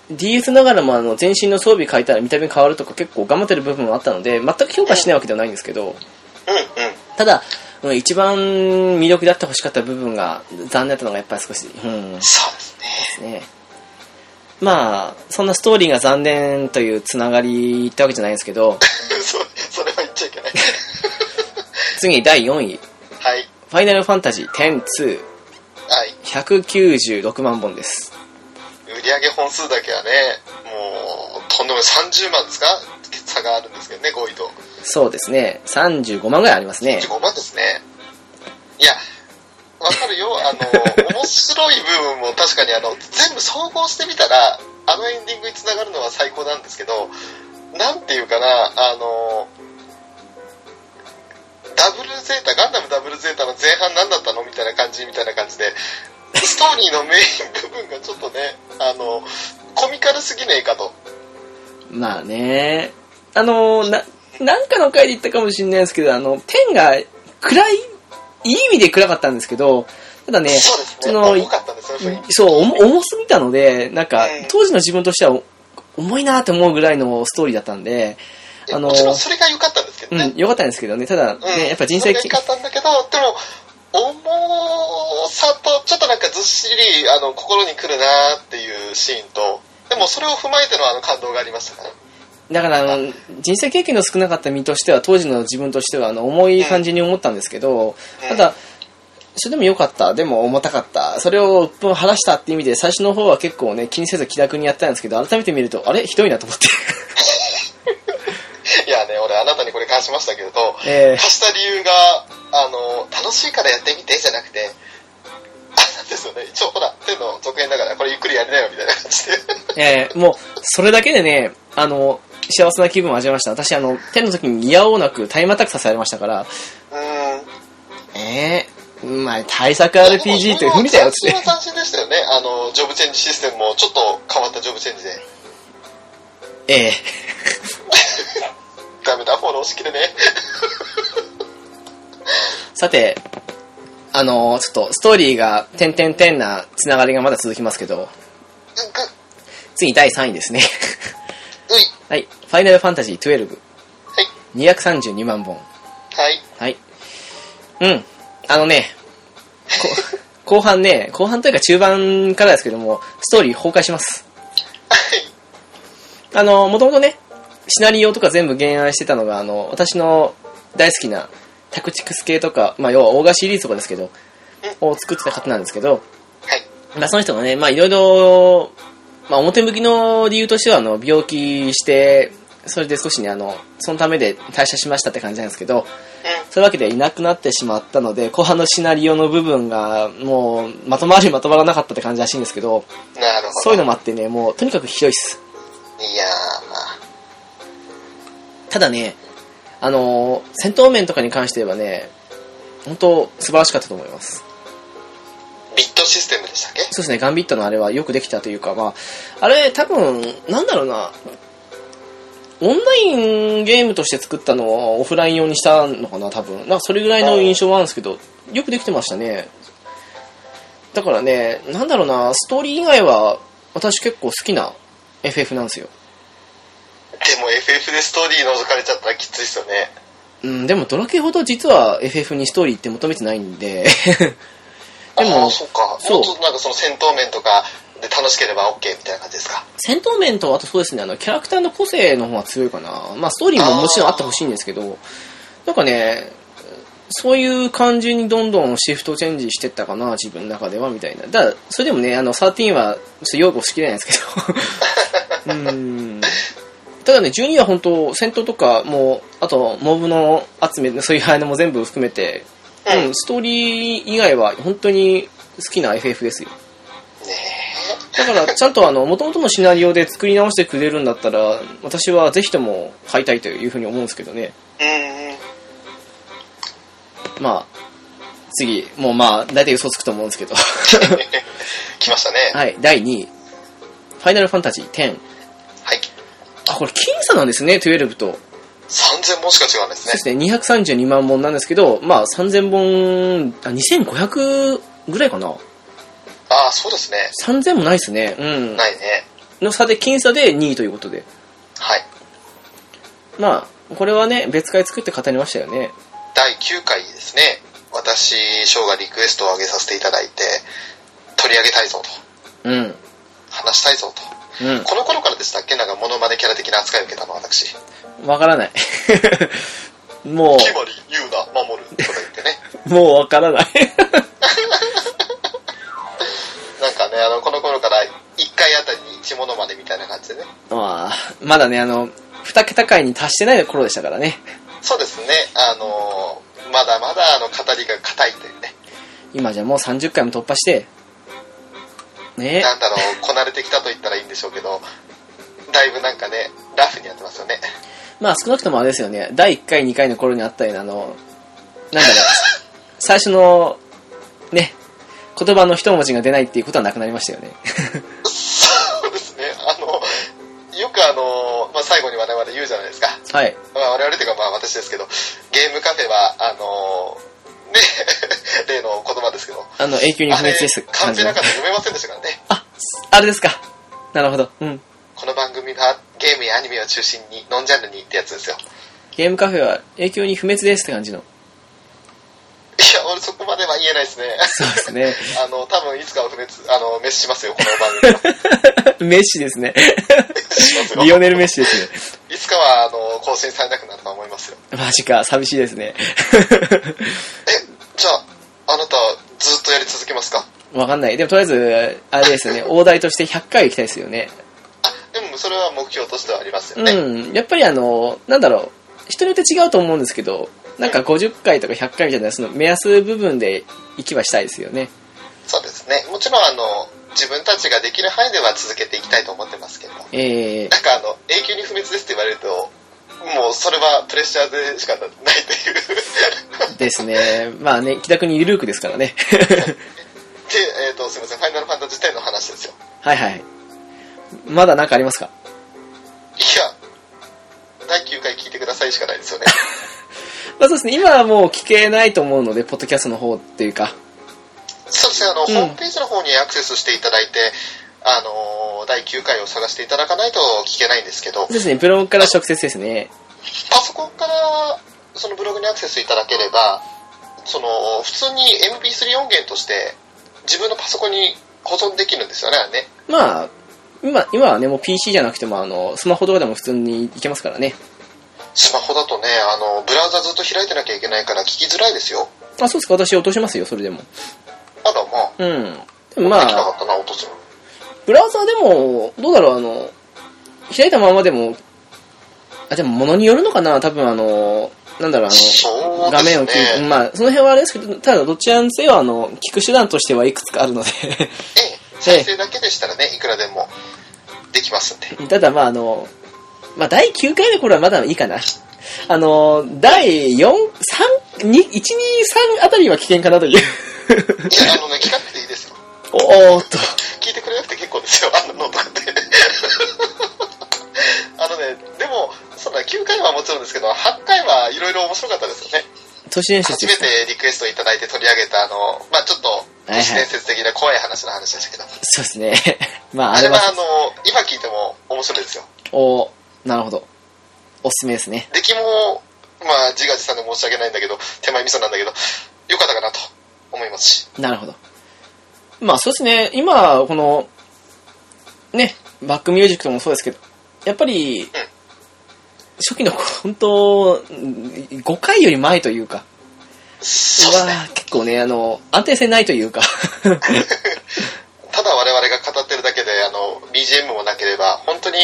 Speaker 2: う
Speaker 1: DS ながらもあの全身の装備変えたら見た目変わるとか結構頑張ってる部分もあったので、全く評価しないわけではないんですけど、
Speaker 2: んうんうん
Speaker 1: ただ、うん一番魅力であってほしかった部分が残念だったのがやっぱり少し、うん、
Speaker 2: そうですね
Speaker 1: ねまあそんなストーリーが残念というつながりってわけじゃないんですけ ど
Speaker 2: そそれは言っちゃいけない
Speaker 1: 次第4位「
Speaker 2: はい
Speaker 1: ファイナルファンタジー
Speaker 2: はい
Speaker 1: 1010196万本」です
Speaker 2: 売り上げ本数だけはねもうとんでもない30万ですか差があるんですけどね5位と
Speaker 1: そうですね35万ぐらいありますね
Speaker 2: 15万ですねいやわかるよあ の面白い部分も確かにあの全部総合してみたらあのエンディングにつながるのは最高なんですけどなんていうかなあのダブルゼータガンダムダブルゼータの前半何だったのみたいな感じみたいな感じでストーリーのメイン部分がちょっとねあのコミカルすぎねえかと
Speaker 1: まあねあのななんかの回で言ったかもしれないですけどあの天が暗いいい意味で暗かったんですけどただね
Speaker 2: そうですね
Speaker 1: その
Speaker 2: 重かったんですよ雰囲気
Speaker 1: そう、おも重すぎたので、なんか
Speaker 2: うん、
Speaker 1: 当時の自分としては、お重いなって思うぐらいのストーリーだったんで、あの
Speaker 2: も、ちろんそれが良かったんですけど
Speaker 1: う
Speaker 2: ね、
Speaker 1: ん、良かったんですけどね、ただ、
Speaker 2: うん
Speaker 1: ね、やっぱ人生
Speaker 2: それが良かったんだけどでも重さとちょっとなんかずっしりあの心にくるなっていうシーンとでもそれを踏まえてのあの感動がありましたから
Speaker 1: だから、あの、人生経験の少なかった身としては、当時の自分としては、あの、重い感じに思ったんですけど、
Speaker 2: うん
Speaker 1: ただ、それでも良かった、でも重たかった、それを鬱憤晴らしたって意味で、最初の方は結構ね、気にせず気楽にやってたんですけど、改めて見ると、あれひどいなと 思って。
Speaker 2: いやね俺あなたにこれ返しましたけれど
Speaker 1: えー
Speaker 2: 貸した理由があの楽しいからやってみてじゃなくてあなんですよね一応ほら天の続編だからこれゆっくりやりなよみたいな感じで
Speaker 1: えーもう、それだけでね、あの、幸せな気分を味わいました。私、あの、天の時に嫌おうなくタイムアタックさせられましたから、
Speaker 2: うん
Speaker 1: ええー、まあ、対策 RPG というふうにだよっつっ
Speaker 2: 斬新は
Speaker 1: て。
Speaker 2: 斬新でしたよねあのジョブチェンジシステムもちょっと変わったジョブチェンジで
Speaker 1: ええ
Speaker 2: ダメだフォローしきれね
Speaker 1: さて、あのーちょっと、ストーリーが、点々点なつながりがまだ続きますけど、
Speaker 2: うんぐ
Speaker 1: 次第3位ですね。
Speaker 2: うい
Speaker 1: はい。ファイナルファンタジー12。
Speaker 2: はい。
Speaker 1: 232万本。
Speaker 2: はい。
Speaker 1: はい。うん。あのね、こ 後半ね、後半というか中盤からですけども、ストーリー崩壊します。あの、もともとね、シナリオとか全部原案してたのが、あの、私の大好きなタクチクス系とか、まあ、要はオーガシリーズとかですけど、を作ってた方なんですけど、
Speaker 2: はい。
Speaker 1: まあ、その人がね、まあ、いろいろ、まあ、表向きの理由としては、あの、病気して、それで少しね、あの、そのためで退社しましたって感じなんですけど、そういうわけでいなくなってしまったので、後半のシナリオの部分が、もう、まとまりまとまらなかったって感じらしいんですけど、
Speaker 2: うん。なるほど。
Speaker 1: そういうのもあってね、もう、とにかくひどいっす。
Speaker 2: いやー、ま
Speaker 1: ただね、あのー戦闘面とかに関して言えばね、本当素晴らしかったと思います。
Speaker 2: ビットシステムでしたっけ
Speaker 1: そうですね、ガンビットのあれはよくできたというか、まあ、あれ多分、なんだろうな、オンラインゲームとして作ったのをオフライン用にしたのかな、多分。なんかそれぐらいの印象はあるんですけど、よくできてましたね。だからね、なんだろうな、ストーリー以外は私結構好きな FF なんですよ。
Speaker 2: でも FF でストーリー覗かれちゃったらきついっすよね。
Speaker 1: うん、でもドラケほど実は FF にストーリーって求めてないんで。で
Speaker 2: あ
Speaker 1: も
Speaker 2: あ、、そうか。
Speaker 1: そう
Speaker 2: もうちょっとなんかその戦闘面とかで楽しければ OK みたいな感じですか。
Speaker 1: 戦闘面と、あとそうですね、あの、キャラクターの個性の方が強いかな。まあ、ストーリーももちろんあってほしいんですけど、なんかね、そういう感じにどんどんシフトチェンジしてったかな、自分の中では、みたいな。だから、それでもね、あの、13は、ちょっと擁護しきれないんです けど。うん。ただね、12は本当戦闘とか、もう、あと、モブの集め、そういうあれも全部含めて、
Speaker 2: うん
Speaker 1: うん、ストーリー以外は本当に好きな FF ですよ。
Speaker 2: ね
Speaker 1: だから、ちゃんとあの、元々のシナリオで作り直してくれるんだったら、私はぜひとも買いたいというふうに思うんですけどね。
Speaker 2: え。うん うん。
Speaker 1: まあ、次、もうまあ、大体嘘つくと思うんですけど。
Speaker 2: 来ましたね。
Speaker 1: はい、第2位。ファイナルファンタジー10。
Speaker 2: はい。
Speaker 1: あ、これ、僅差なんですね、12と。
Speaker 2: 3000本しか違うんです
Speaker 1: そ
Speaker 2: ね
Speaker 1: し。て232万本なんですけど、まあ、3000本、あ、2500ぐらいかな。
Speaker 2: ああ、そうですね。
Speaker 1: 3000もないですね。うん。
Speaker 2: ないね。
Speaker 1: の差で、僅差で2位ということで。
Speaker 2: はい。
Speaker 1: まあ、これはね、別会作って語りましたよね。
Speaker 2: 第9回ですね。私、翔がリクエストを上げさせていただいて、取り上げたいぞと。
Speaker 1: うん。
Speaker 2: 話したいぞと。
Speaker 1: うん。
Speaker 2: この頃からでしたっけなんかモノマネキャラ的な扱いを受けたの私。
Speaker 1: わからない。 も
Speaker 2: 決まり、言うな、守るとか言ってね。
Speaker 1: う、もうわから ない。
Speaker 2: なんかね、あの、この頃から1回あたりに1モノマネみたいな感じでね。
Speaker 1: まあ、まだね、あの、二桁回に達してない頃でしたからね。
Speaker 2: そうですね、あのーまだまだあの語りが硬いというね、
Speaker 1: 今じゃもう30回も突破して、ね
Speaker 2: なんだろう、こなれてきたと言ったらいいんでしょうけど、だいぶなんかね、ラフにやってますよね。
Speaker 1: まあ少なくともあれですよね、第1回、2回の頃にあったような、あの、なんだろう、 最初の、ね、言葉の一文字が出ないっていうことはなくなりました よね。
Speaker 2: そうですね、あの、よくあのーまあ、最後に我々言うじゃないですか。
Speaker 1: はい。
Speaker 2: まあ、我々というかまあ私ですけど、ゲームカフェは、あのーね、 例の言葉ですけど、
Speaker 1: あの、永久に
Speaker 2: あ
Speaker 1: 不
Speaker 2: れ
Speaker 1: 滅です、
Speaker 2: カ
Speaker 1: 感
Speaker 2: ン
Speaker 1: じ
Speaker 2: ペ
Speaker 1: の
Speaker 2: なんか。で読めませんでしたからね。
Speaker 1: あ、あれですか。なるほど。うん。
Speaker 2: この番組はゲームやアニメを中心にノンジャンルにってやつですよ。
Speaker 1: ゲームカフェは永久に不滅ですって感じの。
Speaker 2: いや、俺そこまでは言えないですね。
Speaker 1: そうですね。
Speaker 2: あの、多分いつかは不滅、あの、滅しますよ、この番組は。
Speaker 1: メッシですね。
Speaker 2: 滅しますよ
Speaker 1: リオネル・メッシです
Speaker 2: いつかは、あの、更新されなくなるとは思いますよ。
Speaker 1: ね。マジか、寂しいですね。
Speaker 2: え、じゃあ、あなた、ずっとやり続けますか
Speaker 1: わかんない。でもとりあえず、あれですよね、大台として100回行きたいですよね。
Speaker 2: あ、でもそれは目標としてはありますよね。
Speaker 1: うん。やっぱりあの、なんだろう、人によって違うと思うんですけど、なんか50回とか100回みたいな、その目安部分で行きはしたいですよね。
Speaker 2: そうですね。もちろん、あの、自分たちができる範囲では続けていきたいと思ってますけど、なん
Speaker 1: えー、
Speaker 2: かあの、永久に不滅ですって言われると、もうそれはプレッシャーでしかないという。
Speaker 1: ですね。まあね、気楽にゆるくですからね。
Speaker 2: で、えっ、と、すいません、ファイナルファンタジー10の話ですよ。
Speaker 1: はいはい。まだなんかありますか
Speaker 2: いや、第9回聞いてくださいしかないですよね。
Speaker 1: まあそうですね、今はもう聞けないと思うので、ポッドキャストの方っていうか。
Speaker 2: そうですね、あの、
Speaker 1: ん
Speaker 2: ホームページの方にアクセスしていただいて、あのー、第9回を探していただかないと聞けないんですけど
Speaker 1: そう、ですね、ブログから直接ですね。
Speaker 2: パソコンから、そのブログにアクセスいただければ、その、普通に MP3 音源として、自分のパソコンに保存できるんですよね、あれね。
Speaker 1: まあ、今、今はね、もう PC じゃなくても、あの、スマホとかでも普通にいけますからね。
Speaker 2: スマホだとね、あの、ブラウザずっと開いてなきゃいけないから聞きづらいですよ。
Speaker 1: あ、そうですか、私落としますよ、それでも。
Speaker 2: あら、まあ、
Speaker 1: うん。でもま
Speaker 2: できなか
Speaker 1: あ、
Speaker 2: ったな、落とすの。
Speaker 1: ブラウザーでも、どうだろう、あの、開いたままでも、あ、でも物によるのかな、多分あの、なんだろう、あの、
Speaker 2: そうで
Speaker 1: 画
Speaker 2: すね。
Speaker 1: 面を切る、まあ、その辺はあれですけど、ただどちらにせよ、あの、聞く手段としてはいくつかあるので、
Speaker 2: ええ、再生だけでしたらね、いくらでもできますんで。
Speaker 1: ただまあ、あの、まあ、第9回の頃はまだいいかな。あの、第4、3、2、1、2、3あたりは危険かなと いう。
Speaker 2: いや、あのね、聞かなくていいですよ。
Speaker 1: おーっと。
Speaker 2: 聞いてくれなくて結構ですよ、 あのノートって。あのね、でも、そうだ、9回はもちろんですけど、8回はいろいろ面白かったですよね。
Speaker 1: 都市伝説
Speaker 2: 初
Speaker 1: で
Speaker 2: め
Speaker 1: すか
Speaker 2: てリクエストいただいて取り上げた、あの、まあちょっと、
Speaker 1: はいはい
Speaker 2: 都市伝説的な怖い話の話でしたけど、
Speaker 1: そうですね。 まあ、
Speaker 2: あ
Speaker 1: あ
Speaker 2: れ
Speaker 1: れ
Speaker 2: は
Speaker 1: は、
Speaker 2: あの、今聞いても面白いですよ。
Speaker 1: おーなるほど。おすすめですね。
Speaker 2: 出来も、まあ自画自賛で申し訳ないんだけど、手前味噌なんだけど、よかったかなと思いますし。
Speaker 1: なるほど。まあそうですね、今、この、ね、バックミュージックともそうですけど、やっぱり、初期の頃本当、5回より前というか、
Speaker 2: そうですね。
Speaker 1: は結構ね、あの、安定性ないと いうか、
Speaker 2: ただ我々が語ってるだけで、あの、BGM もなければ、本当に、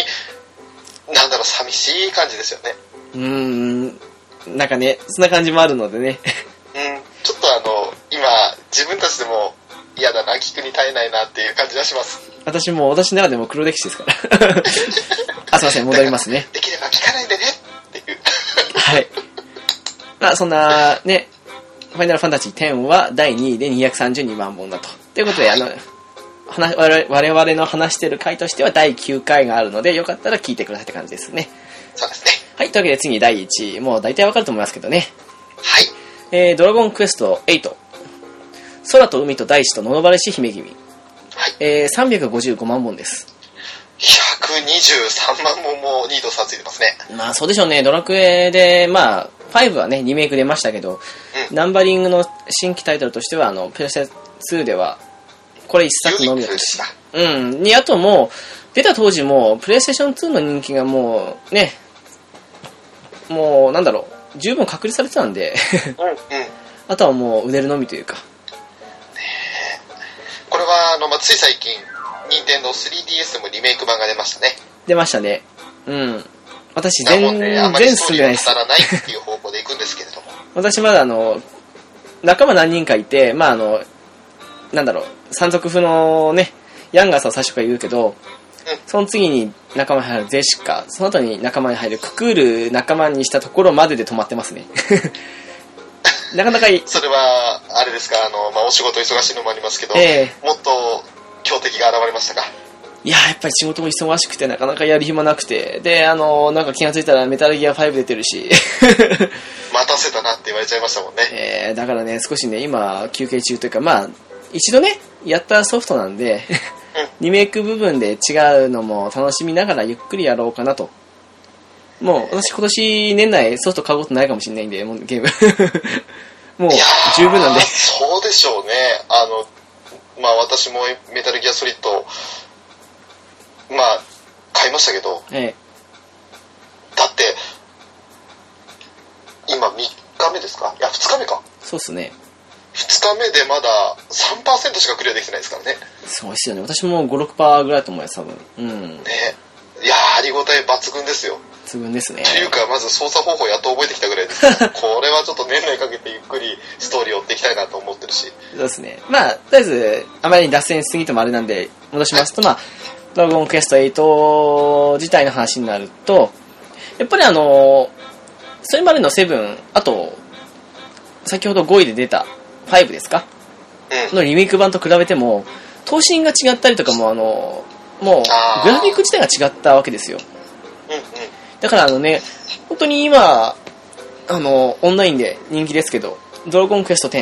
Speaker 2: なんだろう、寂しい感じですよね。
Speaker 1: うーん、なんかね、そんな感じもあるのでね、
Speaker 2: うん、ちょっとあの、今、自分たちでも嫌だな、聞くに耐えないなっていう感じがします。
Speaker 1: 私も、私の中でも黒歴史ですから。 あ、すいません、戻りますね。
Speaker 2: できれば聞かないでねっていう。
Speaker 1: はい。まあ、そんな、ね、ファイナルファンタジー10は第2位で232万本だと。ということで、あの、話我々我々の話してる回としては第9回があるので、よかったら聞いてくださいって感じですね。
Speaker 2: そうですね。
Speaker 1: はい、というわけで次第1位。もう大体わかると思いますけどね。
Speaker 2: はい。
Speaker 1: えー、ドラゴンクエスト8。空と海と大地とののばれし姫君。
Speaker 2: はい。
Speaker 1: えー、355万本です。
Speaker 2: 123万本も2度差ついてますね。
Speaker 1: まあそうでしょうね、ドラクエで、まあ、5はね、リメイク出ましたけど、
Speaker 2: う
Speaker 1: ナンバリングの新規タイトルとしては、あの、プレステ2では、これ一作のみ
Speaker 2: ユニックでした。
Speaker 1: うん。に、あともう、出た当時も、プレイステーション2の人気がもう、ね、もう、なんだろう、十分確立されてたんで、
Speaker 2: うん。うん。
Speaker 1: あとはもう、売れるのみというか、
Speaker 2: これは、あの、まあ、つい最近、任天堂 3DS もリメイク版が出ましたね。
Speaker 1: 出ましたね。うん。私、
Speaker 2: な
Speaker 1: 全、
Speaker 2: ので、あまり
Speaker 1: 全
Speaker 2: スト
Speaker 1: 進
Speaker 2: ー
Speaker 1: ん
Speaker 2: リ
Speaker 1: で
Speaker 2: ー
Speaker 1: な
Speaker 2: を
Speaker 1: いです
Speaker 2: 語。らないっていう方向で行くんですけれども。
Speaker 1: 私まだあの仲間何人かいてまああのなんだろう山賊風のねヤンガーさんを最初から言うけど
Speaker 2: うん
Speaker 1: その次に仲間に入るゼシカその後に仲間に入るククール仲間にしたところまでで止まってますね なかなかい
Speaker 2: それは、あれですか、あの、まあ、お仕事忙しいのもありますけど、
Speaker 1: え
Speaker 2: もっと強敵が現れましたか。
Speaker 1: いややっぱり仕事も忙しくてなかなかやる暇なくてであのなんか気がついたらメタルギア5出てるし、
Speaker 2: 待たせたなって言われちゃいましたもんね。
Speaker 1: えーだからね少しね今休憩中というかまあ一度ねやったソフトなんでリメイク部分で違うのも楽しみながらゆっくりやろうかなと。もう、私今年年内ソフト買うことないかもしれないんで、もうゲーム。 もう
Speaker 2: いやー
Speaker 1: 十分なんで。
Speaker 2: そうでしょうね。あの、まあ私もメタルギアソリッド、まあ、買いましたけど、
Speaker 1: え
Speaker 2: だって、今3日目ですかいや、2日目か。
Speaker 1: えそうっすね。
Speaker 2: 2日目でまだ3%しかクリアできてないですからね。
Speaker 1: すごいっすよね。私も5、6%ぐらいだと思います、多分。うん。
Speaker 2: ねいやー、ありごたえ抜群ですよ。
Speaker 1: つぐんですね。
Speaker 2: というか、まず操作方法やっと覚えてきたぐ らいですこれはちょっと年内かけてゆっくりストーリーを追っていきたいなと思ってるし。
Speaker 1: そうですね。まあ、とりあえず、あまりに脱線しすぎてもあれなんで、戻しますと、まあ、ドラゴンクエスト8自体の話になると、やっぱりあの、それまでの7、あと、先ほど5位で出た5ですか
Speaker 2: うん。
Speaker 1: のリメイク版と比べても、頭身が違ったりとかも、あの、もう
Speaker 2: あ、ー
Speaker 1: グラフィック自体が違ったわけですよ。
Speaker 2: うんうん。
Speaker 1: だからあのね、本当に今、あの、オンラインで人気ですけど、ドラゴンクエスト10、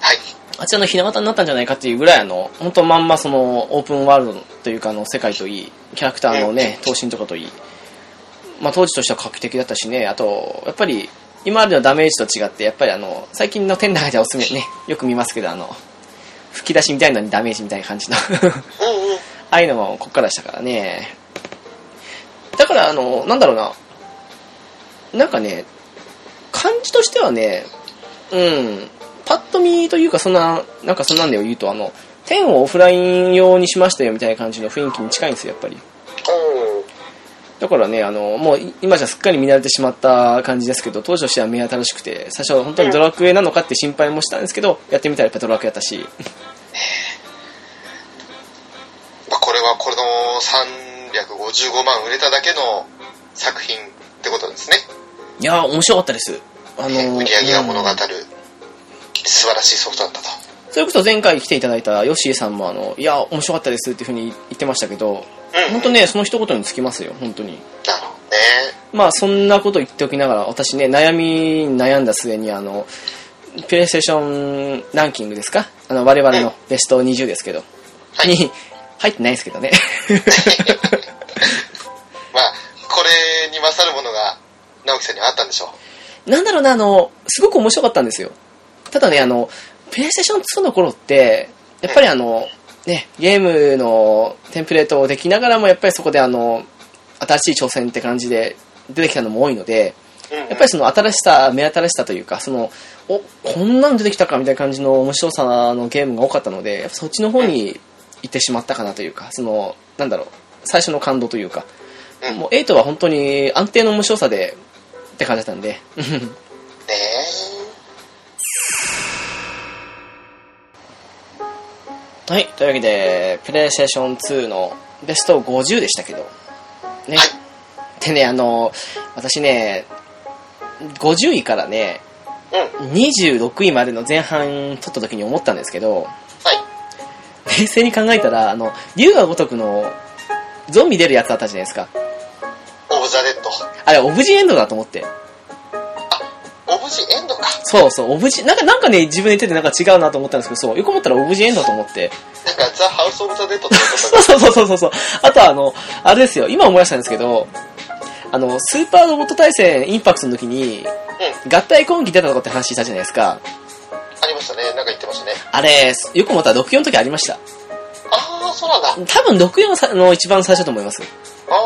Speaker 2: はい。
Speaker 1: あちらのひな形になったんじゃないかっていうぐらいあの、本当まんまそのオープンワールドというかあの世界といい、キャラクターのね、闘身とかといい、まあ当時としては画期的だったしね、あと、やっぱり今までのダメージと違って、やっぱりあの、最近の店内ではおすすめね、よく見ますけどあの、吹き出しみたいのにダメージみたいな感じの、あ
Speaker 2: うんうん。
Speaker 1: あいうのもこっからでしたからね。だからあの、なんだろうな、なんかね、感じとしてはね、うん、パッと見というか、そんな、なんかそんなんで言うと、あの、10をオフライン用にしましたよみたいな感じの雰囲気に近いんですよ、やっぱり。
Speaker 2: おー。
Speaker 1: だからね、あの、もうい今じゃすっかり見慣れてしまった感じですけど、当時としては目新しくて、最初は本当にドラクエなのかって心配もしたんですけど、やってみたらやっぱドラクエやったし、
Speaker 2: まあこれはこれの355万売れただけの作品ってことですね。
Speaker 1: いやー、面白かったです。あのー
Speaker 2: 売り上げが物語
Speaker 1: うん
Speaker 2: る素晴らしいソフトだったと。
Speaker 1: それこそ前回来ていただいたヨッシーさんも、あの、いやー、面白かったですっていうふうに言ってましたけど、
Speaker 2: うん。
Speaker 1: 本当ね、その一言につきますよ、本当に。
Speaker 2: なるほどね。
Speaker 1: まあそんなこと言っておきながら私ね悩みに悩んだ末にあのプレイステーションランキングですかあの我々のベスト20ですけど、
Speaker 2: はい
Speaker 1: に入ってないですけどね
Speaker 2: まあ、これに勝るものが直樹さんにはあったんでしょう。
Speaker 1: なんだろうなあのすごく面白かったんですよただねあのプレイステーション2の頃ってやっぱりあのねゲームのテンプレートをできながらもやっぱりそこであの新しい挑戦って感じで出てきたのも多いので、
Speaker 2: うんうん、
Speaker 1: やっぱりその新しさ、目新しさというか、その、お、こんなの出てきたかみたいな感じの面白さのゲームが多かったので、やっぱそっちの方に行ってしまったかなというか、その、なんだろう、最初の感動というか、
Speaker 2: うん
Speaker 1: もう8は本当に安定の面白さで、って感じだったんで、
Speaker 2: ね
Speaker 1: はい、というわけで、プレイステーション2のベスト50でしたけど、ね。
Speaker 2: はい
Speaker 1: でね、あの、私ね、50位からね、
Speaker 2: え。うん。
Speaker 1: 26位までの前半取った時に思ったんですけど、
Speaker 2: はい。
Speaker 1: 冷静に考えたら、あの、竜が如くのゾンビ出るやつあったじゃないですか。
Speaker 2: オブ・ザ・デッド。
Speaker 1: あれ、オブジェエンドだと思って。
Speaker 2: オブ・ジ・エンドか。
Speaker 1: そうそう、オブジ、なんか、なんかね、自分で言っててなんか違うなと思ったんですけど、そう、よく思ったらオブジェエンドだと思って。
Speaker 2: なんか、ザ・ハウス・オブ・ザ・デッドってこと
Speaker 1: そうそうそうそうそう。あとはあの、あれですよ、今思い出したんですけど、あの、スーパーロボット対戦インパクトの時に、
Speaker 2: う
Speaker 1: 合体攻撃出たとかって話したじゃないですか。
Speaker 2: ありましたね。なんか言ってましたね。
Speaker 1: あれ、よく思ったら64の時ありました。
Speaker 2: ああ、そうなんだ。あ
Speaker 1: 多分64さの一番最初だと思います。
Speaker 2: あ、うん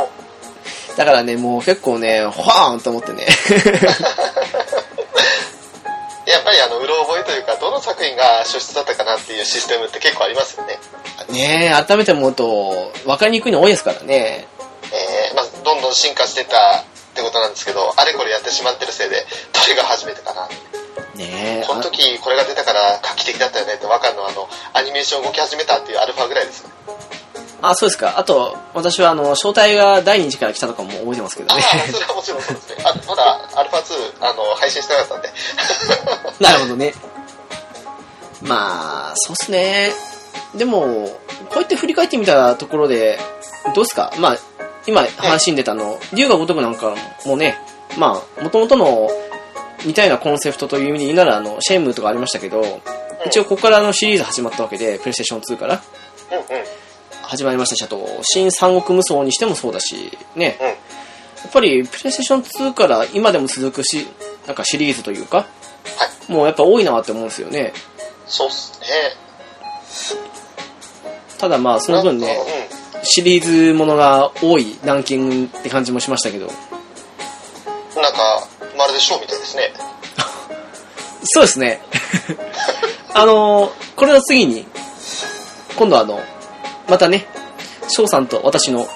Speaker 2: うん。
Speaker 1: だからね、もう結構ね、ほわーんと思ってね。
Speaker 2: やっぱりあの、うろ覚えというか、どの作品が初出だったかなっていうシステムって結構ありますよね。
Speaker 1: ねえ、改めて思うと、分かりにくいの多いですからね。
Speaker 2: えー、まあ、どんどん進化してたってことなんですけど、あれこれやってしまってるせいで、どれが初めてかな。
Speaker 1: ねえ。
Speaker 2: この時これが出たから画期的だったよねってわかるのは、あの、アニメーション動き始めたっていうアルファぐらいですよね。
Speaker 1: あ、あそうですか。あと、私は、あの、招待が第2次から来たとかも覚えてますけど
Speaker 2: あ
Speaker 1: ね
Speaker 2: あ。、それはもちろんそうですね。あまだアルファ2、あの、配信してなかったんで。
Speaker 1: なるほどね。まあ、そうっすね。でも、こうやって振り返ってみたところで、どうっすかまあ、今話に出たあの、龍が如くなんかもね、まあ、もともとの似たようなコンセプトという意味で言うなら、あの、シェイムとかありましたけど、一応ここからあのシリーズ始まったわけで、プレイステーション2から。
Speaker 2: うんうん。
Speaker 1: 始まりましたし、あと、新三国無双にしてもそうだし、ね、
Speaker 2: うん
Speaker 1: やっぱり、プレイステーション2から今でも続くし、なんかシリーズというか、もうやっぱ多いなって思うんですよね。
Speaker 2: そうっすね。
Speaker 1: ただまあ、その分ね、
Speaker 2: なんか
Speaker 1: シリーズものが多いランキングって感じもしましたけど、
Speaker 2: うん。なんか、まるでショーみたいですね。
Speaker 1: そうですね。 あの、これの次に、今度あの、またね、翔さんと私の、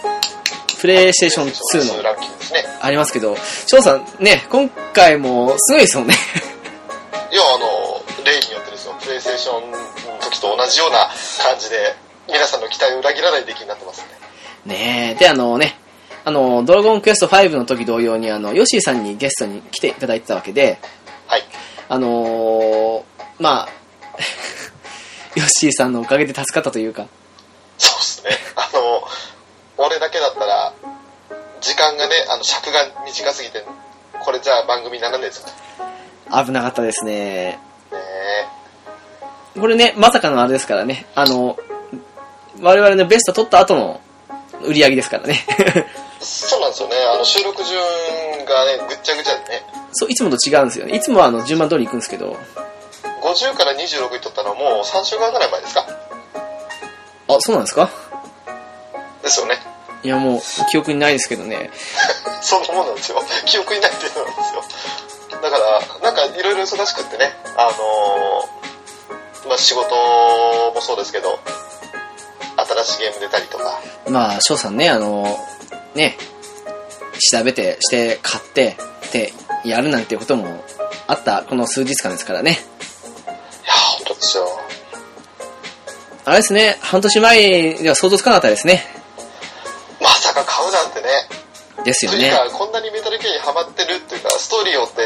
Speaker 1: プレイステーション2の
Speaker 2: ランキングですね。
Speaker 1: ありますけど、翔さんね、今回もすごいですもんね。
Speaker 2: いや、あの、例によってですよ、プレイステーションの時と同じような感じで、皆さんの期待を裏切らない出来になってますね。
Speaker 1: ねえ、で、あのね、あの、ドラゴンクエスト5の時同様に、あの、ヨッシーさんにゲストに来ていただいてたわけで、
Speaker 2: はい。
Speaker 1: あのーまあ、 ヨッシーさんのおかげで助かったというか、
Speaker 2: そうですね。 あの、俺だけだったら、時間がね、あの、尺が短すぎて、これじゃあ番組にならないですよね。
Speaker 1: 危なかったですね。
Speaker 2: ね
Speaker 1: これね、まさかのあれですからね、あの、我々のベスト取った後の売り上げですからね。
Speaker 2: えそうなんですよね。あの、収録順がね、ぐっちゃぐちゃでね、
Speaker 1: そう、いつもと違うんですよね。いつもはあの、順番通り行くんですけど、
Speaker 2: 50から26にとったのはもう3週間ぐらい前ですか
Speaker 1: あ、そうなんですか
Speaker 2: ですよね。
Speaker 1: いや、もう、記憶にないですけどね。
Speaker 2: そんなもんなんですよ。 記憶にないっていうのなんですよ。だから、なんかいろいろ忙しくってね、あのーまあ、仕事もそうですけど、新しいゲーム出たりとか、
Speaker 1: まあ、翔さんね、あの、ね、調べて、して、買って、で、やるなんてこともあった、この数日間ですからね。
Speaker 2: いやー、本当ですよ。
Speaker 1: あれですね、半年前では想像つかなかったですね。
Speaker 2: まさか買うなんてね、
Speaker 1: ですよ
Speaker 2: と
Speaker 1: ね
Speaker 2: いうか、こんなにメタルゲーにハマってるっていうか、ストーリーを追って、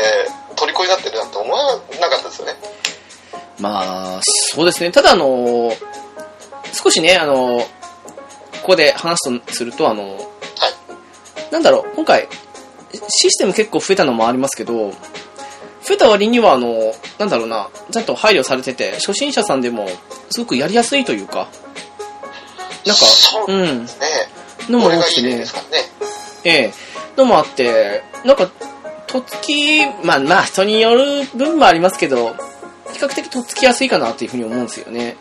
Speaker 2: 虜になってるなんて思わなかったですよね。
Speaker 1: まあ、そうですね。ただ、あの、少しね、あの、ここで話すとすると、あの、
Speaker 2: はい。
Speaker 1: なんだろう、今回、システム結構増えたのもありますけど、増えた割には、あの、なんだろうな、ちゃんと配慮されてて、初心者さんでも、すごくやりやすいというか、なんか、
Speaker 2: そ
Speaker 1: う
Speaker 2: う
Speaker 1: ん、
Speaker 2: ね
Speaker 1: のも
Speaker 2: これ
Speaker 1: 多
Speaker 2: が
Speaker 1: く
Speaker 2: い
Speaker 1: て
Speaker 2: い例
Speaker 1: ね
Speaker 2: です、からね。
Speaker 1: ええ、のもあって、なんか、とっつき、まあまあ、人による分もありますけど、比較的とっつきやすいかなっていうふうに思うんですよね。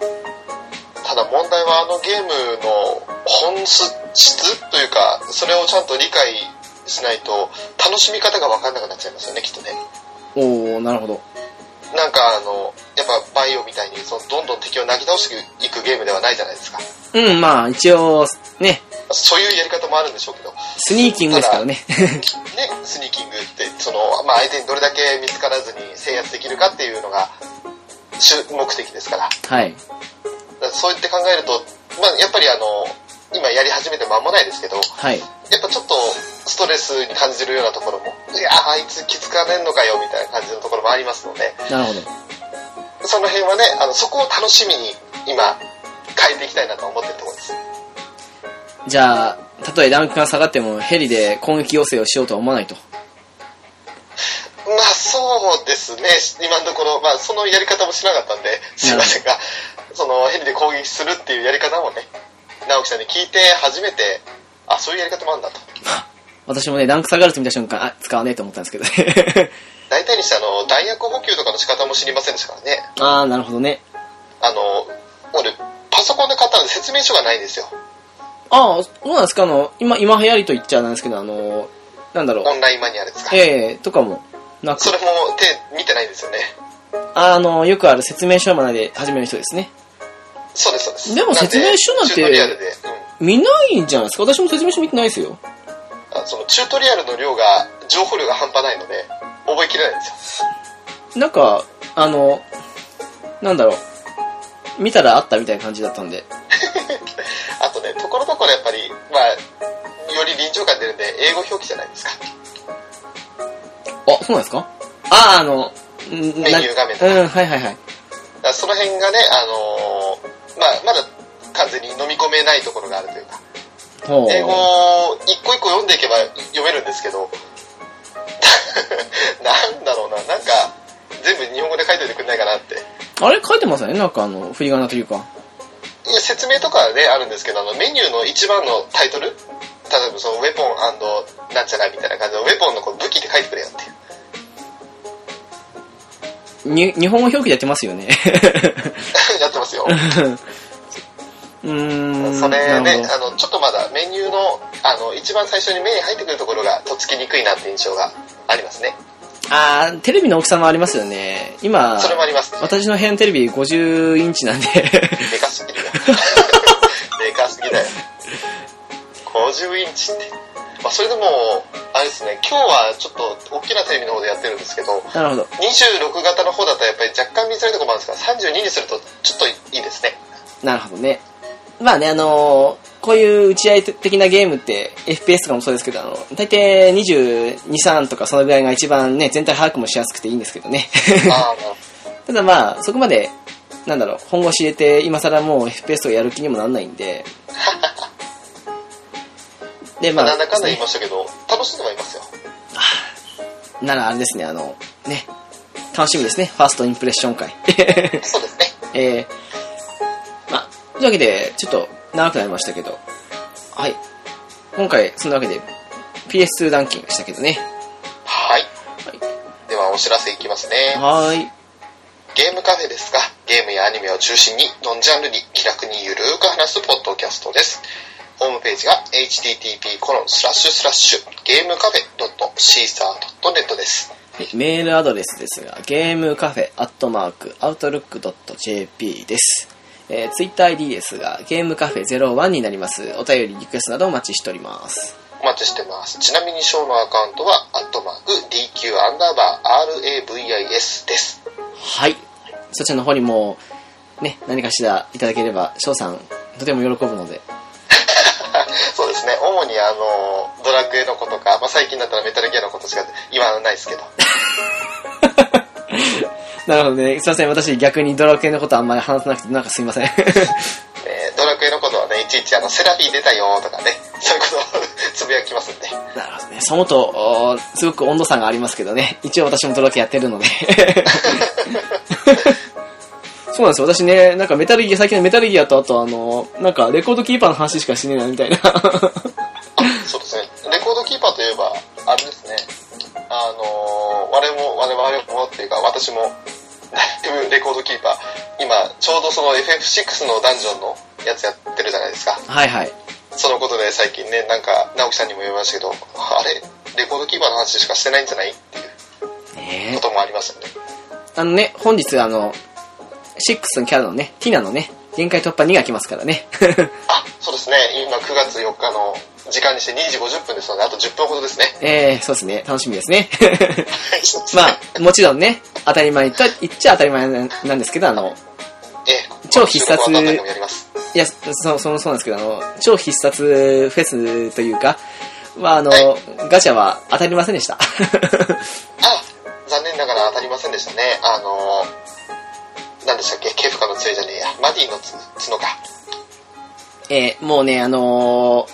Speaker 2: ただ問題はあのゲームの本質、質というか、それをちゃんと理解しないと、楽しみ方が分かんなくなっちゃいますよね、きっとね。
Speaker 1: おおなるほど。
Speaker 2: なんかあの、やっぱバイオみたいに、そのどんどん敵をなぎ倒していくゲームではないじゃないですか。
Speaker 1: うん、まあ、一応、ね、
Speaker 2: そういうやり方もあるんでしょうけど、
Speaker 1: スニーキングですからね。
Speaker 2: ね、スニーキングって、その、まあ、相手にどれだけ見つからずに制圧できるかっていうのが、主目的ですから。だか
Speaker 1: はい。
Speaker 2: らそう言って考えると、まあ、やっぱりあの、今やり始めて間もないですけど、
Speaker 1: はい。
Speaker 2: やっぱちょっとストレスに感じるようなところも、いやー、あいつ気づかねんのかよ、みたいな感じのところもありますので、
Speaker 1: なるほど。
Speaker 2: その辺はね、あの、そこを楽しみに、今、変えていきたいなと思ってるところです。
Speaker 1: じゃあ、たとえランクが下がっても、ヘリで攻撃要請をしようとは思わないと。
Speaker 2: まあそうですね、今のところ、まあ、そのやり方もしなかったんで、すいませんが、そのヘリで攻撃するっていうやり方もね、直樹さんに聞いて初めて、あ、そういうやり方もあるんだと。
Speaker 1: 私もね、ランク下がると見た瞬間、あ、使わねえと思ったんですけどね。
Speaker 2: 大体にしてあの、弾薬補給とかの仕方も知りませんでしたからね。
Speaker 1: あー、なるほどね。
Speaker 2: あの、俺、パソコンで買ったんで説明書がないんですよ。
Speaker 1: あー、そうなんですかあの、今、今流行りと言っちゃなんですけど、あの、なんだろう
Speaker 2: オ。ンラインマニュアルですか。
Speaker 1: ええとかも、なく
Speaker 2: そ、れも手見てないんですよね。
Speaker 1: あの、よくある説明書まで始める人ですね。
Speaker 2: そうです、そうです。
Speaker 1: でも説明書なんて
Speaker 2: チュートリアルで、うん
Speaker 1: 見ないんじゃないですか私も説明書見てないですよ。
Speaker 2: あのそのチュートリアルの量が、情報量が半端ないので、覚えきれないんですよ。
Speaker 1: なんか、あの、なんだろう。見たらあったみたいな感じだったんで。
Speaker 2: あとね、ところどころやっぱり、まあ、より臨場感出るんで、英語表記じゃないですか。
Speaker 1: あ、そうなんですかあ、あの、メニュ
Speaker 2: メニュー画面とか
Speaker 1: うん、はいはいはい。
Speaker 2: だからその辺がね、あのーまあ、まだ完全に飲み込めないところがあるというか、
Speaker 1: ほう。
Speaker 2: 英語を一個一個読んでいけば読めるんですけど、 なんだろうな、なんか、全部日本語で書いておいてくれないかなって。
Speaker 1: あれ書いてますよねなんかあの、振り仮名というか。
Speaker 2: いや、説明とかはね、あるんですけど、あの、メニューの一番のタイトル、例えばその、ウェポンなんちゃらみたいな感じの、ウェポンのこう武器って書いてくれよっていう。
Speaker 1: に、日本語表記でやってますよね。
Speaker 2: やってますよ。
Speaker 1: うーん。
Speaker 2: それ
Speaker 1: なる
Speaker 2: ね
Speaker 1: ほど、
Speaker 2: あの、ちょっとまだメニューの、あの、一番最初に目に入ってくるところが、とっつきにくいなって印象がありますね。
Speaker 1: あー、テレビの大きさもありますよね。今、
Speaker 2: それもあります。
Speaker 1: 私の部屋のテレビ50インチなんで。
Speaker 2: でかすぎるよ。でかすぎだよ。50インチって。まあ、それでも、あれですね、今日はちょっと大きなテレビの方でやってるんですけど、
Speaker 1: なるほど。
Speaker 2: 26型の方だとやっぱり若干見づらいところもあるんですが、32にするとちょっといいで すね。
Speaker 1: なるほどね。まあね、あのーこういう打ち合い的なゲームって、FPS とかもそうですけど、あの、大体22、3とかそのぐらいが一番ね、全体把握もしやすくていいんですけどね。
Speaker 2: ああ、なるほど
Speaker 1: ただまあ、そこまで、なんだろう、本腰入れて、今更もう FPS とかやる気にもなんないんで。で、まあ、
Speaker 2: なんだかんだ言いましたけど、楽しんではいますよ。
Speaker 1: ならあれですね、あの、ね、楽しみですね、ファーストインプレッション会。
Speaker 2: そうですね。
Speaker 1: えー、まあ、というわけで、ちょっと長くなりましたけど、はい。今回、そんなわけで、PS2 ランキングでしたけどね。
Speaker 2: はい。
Speaker 1: はい。
Speaker 2: ではお知らせいきますね。
Speaker 1: はーい。
Speaker 2: ゲームカフェですが、ゲームやアニメを中心に、ノンジャンルに気楽にゆるーく話すポッドキャストです。ホームページが http コロンスラッシュスラッシュゲームカフェ .caesar.net です。
Speaker 1: はいメールアドレスですが、ゲームカフェアットマーク、アウトルックドット JP です。えー、ツイッター ID ですが、ゲームカフェ01になります。お便り、リクエストなどお待ちしております。
Speaker 2: お待ちしてます。ちなみにショーのアカウントは、アットマーク DQ アンダーバー RAVIS です。
Speaker 1: はい。そちらの方にも、ね、何かしらいただければ、翔さん、とても喜ぶので、
Speaker 2: そうですですね、主にあの、ドラクエの子とか、まあ、最近だったらメタルギアの子としか言わないですけど。
Speaker 1: なるほどね。すいません。私逆にドラクエのことあんまり話さなくて、なんかす いません。
Speaker 2: えードラクエのことはね、いちいちあの、セラピー出たよとかね、そういうことを つぶやきますんで。
Speaker 1: なるほどね。そのと、おーすごく温度差がありますけどね。一応私もドラクエやってるの で。そうなんですよ。私ね、なんかメタルギア、最近のメタルギアとあとあの、なんかレコードキーパーの話しかしねえな、みたい な。
Speaker 2: そうですね、レコードキーパーといえば、あれですね、あのー、我も、我々もっていうか、私も、 だいぶレコードキーパー、今、ちょうどその FF6 のダンジョンのやつやってるじゃないですか。
Speaker 1: はいはい。
Speaker 2: そのことで最近ね、なんか、直樹さんにも言いましたけど、あれ、レコードキーパーの話しかしてないんじゃないっていう
Speaker 1: ねえ
Speaker 2: こともありますよね。
Speaker 1: あのね、本日あの、6のキャラのね、ティナのね、限界突破2が来ますからね。
Speaker 2: あ、そうですね、今9月4日の時間にして2時50分ですので、あと10分ほどですね。
Speaker 1: えー、そうですね。楽しみですね。
Speaker 2: ま
Speaker 1: まあ、もちろんね、当たり前と言っちゃ当たり前なんですけど、あの、
Speaker 2: ええ、
Speaker 1: 超必殺
Speaker 2: 収録終わった後にもやります。
Speaker 1: いや、そ、その、そうなんですけど、あの、超必殺フェスというか、まあ、あの、
Speaker 2: は
Speaker 1: ガチャは当たりませんでした。
Speaker 2: あ、残念ながら当たりませんでしたね。あのー、何でしたっけ、ケフカの杖じゃねえや、マディのつ角か。
Speaker 1: えーもうね、あの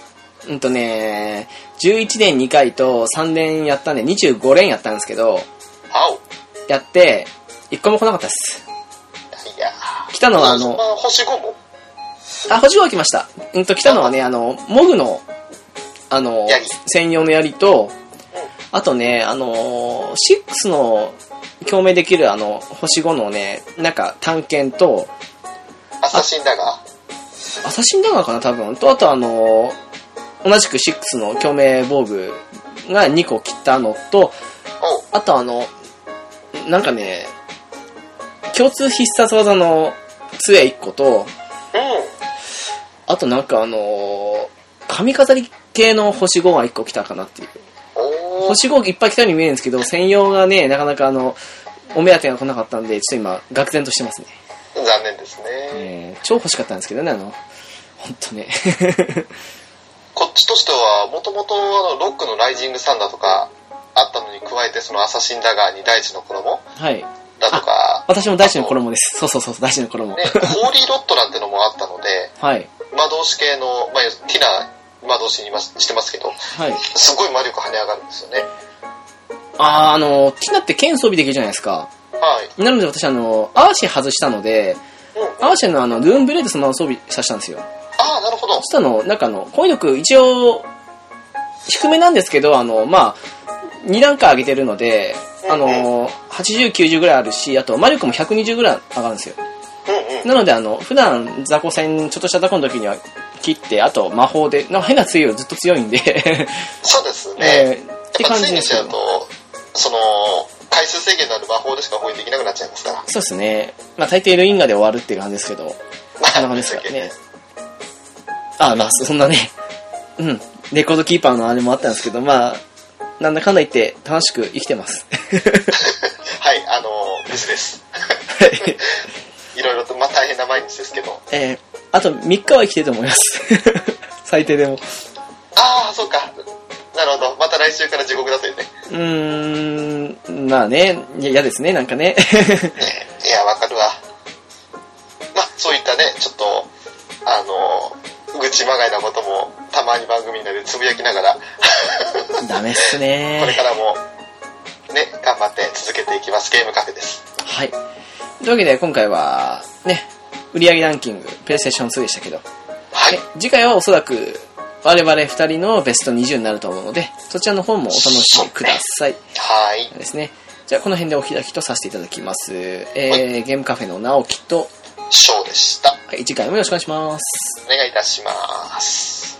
Speaker 1: ーうんとね、11年2回と3連やったんで、25連やったんですけど、
Speaker 2: 青。
Speaker 1: やって、1個も来なかったです。
Speaker 2: いや
Speaker 1: 来たのはあ
Speaker 2: そん
Speaker 1: の
Speaker 2: な、星5も
Speaker 1: あ、星5が来ました。うんと、来たのはね、あの、モグの、あの
Speaker 2: 槍、
Speaker 1: 専用の槍と、あとね、あのー、6の共鳴できるあの、星5のね、なんか探検と、
Speaker 2: アサシンだが、
Speaker 1: アサシンダガーかな、多分。と、あとあのー、同じく6の共鳴防具が2個来たのと、
Speaker 2: おう、
Speaker 1: あとあの、なんかね、共通必殺技の杖1個と、
Speaker 2: うん、
Speaker 1: あとなんかあのー、髪飾り系の星5が1個来たかなっていう。
Speaker 2: おー、
Speaker 1: 星5いっぱい来たように見えるんですけど、専用がね、なかなかあの、お目当てが来なかったんで、ちょっと今、愕然としてますね。
Speaker 2: 残念ですね。
Speaker 1: えー超欲しかったんですけどね、あの、ほんとね。
Speaker 2: こっちとしては、もともとあの、ロックのライジングサンダーとか、あったのに加えて、そのアサシンダガーに大地の衣
Speaker 1: はい。
Speaker 2: だ とか、
Speaker 1: 私も大地の衣です。そうそうそう、大地の衣
Speaker 2: ね、。ホーリーロットなんてのもあったので、
Speaker 1: はい。
Speaker 2: 魔導士系の、まあ、ティナ魔導士にいますしてますけど、
Speaker 1: はい。
Speaker 2: すごい魔力跳ね上がるんですよね。
Speaker 1: あー、あの、ティナって剣装備できるじゃないですか。
Speaker 2: はい。
Speaker 1: なので私、あの、アーシェ外したので、
Speaker 2: うん。
Speaker 1: アーシェのあの、ルーンブレードそのまま装備させたんですよ。
Speaker 2: ああ、なるほど
Speaker 1: そ。したらあの、なんかあの、攻撃力一応、低めなんですけど、あの、まあ、2段階上げてるので、あの、80、90ぐらいあるし、あと、魔力も120ぐらい上がるんですよ。
Speaker 2: うんうん。
Speaker 1: なので、あの、普段、雑魚戦、ちょっとした雑魚の時には切って、あと、魔法で、なんか変な強いよ、ずっと強いんで、
Speaker 2: そうですね。
Speaker 1: えーって
Speaker 2: やっぱ
Speaker 1: 感
Speaker 2: つ
Speaker 1: じ
Speaker 2: い
Speaker 1: で
Speaker 2: に
Speaker 1: す
Speaker 2: しち
Speaker 1: け
Speaker 2: ゃ
Speaker 1: ど
Speaker 2: うと、その、回数制限のある魔法でしか攻撃できなくなっちゃいますから。
Speaker 1: そうですね。まあ、大抵ルインガで終わるっていう感じですけど、こんな感じです からね。あ、まあ、そんなね、うん、レコードキーパーのあれもあったんですけど、まあ、なんだかんだ言って楽しく生きてます。
Speaker 2: はい、あのー、ミスです。 いろいろと、まあ大変な毎日ですけど。
Speaker 1: えー、あと3日は生きてると思います。 最低でも。
Speaker 2: ああ、そうか。なるほど。また来週から地獄だというね。
Speaker 1: うーん、まあね、いや嫌ですね、なんかね。
Speaker 2: ねいや、わかるわ。まあ、そういったね、ちょっと、あのー、愚痴まがいなことも、たまに番組内でつぶやきながら、
Speaker 1: ダメっす
Speaker 2: これ
Speaker 1: ね。
Speaker 2: からも、ね、頑張って続けていきます。ゲームカフェです。
Speaker 1: はい。というわけで、今回は、ね、売上ランキング、プレイステーション2でしたけど、
Speaker 2: はい
Speaker 1: ね。次回はおそらく我々2人のベスト20になると思うのでそちらの方もお楽しみください
Speaker 2: はい。
Speaker 1: ですねじゃあこの辺でお開きとさせていただきます、えー、ゲームカフェの直樹と、
Speaker 2: ショーでした。
Speaker 1: はい、次回もよろしくお願いします
Speaker 2: お願いいたします。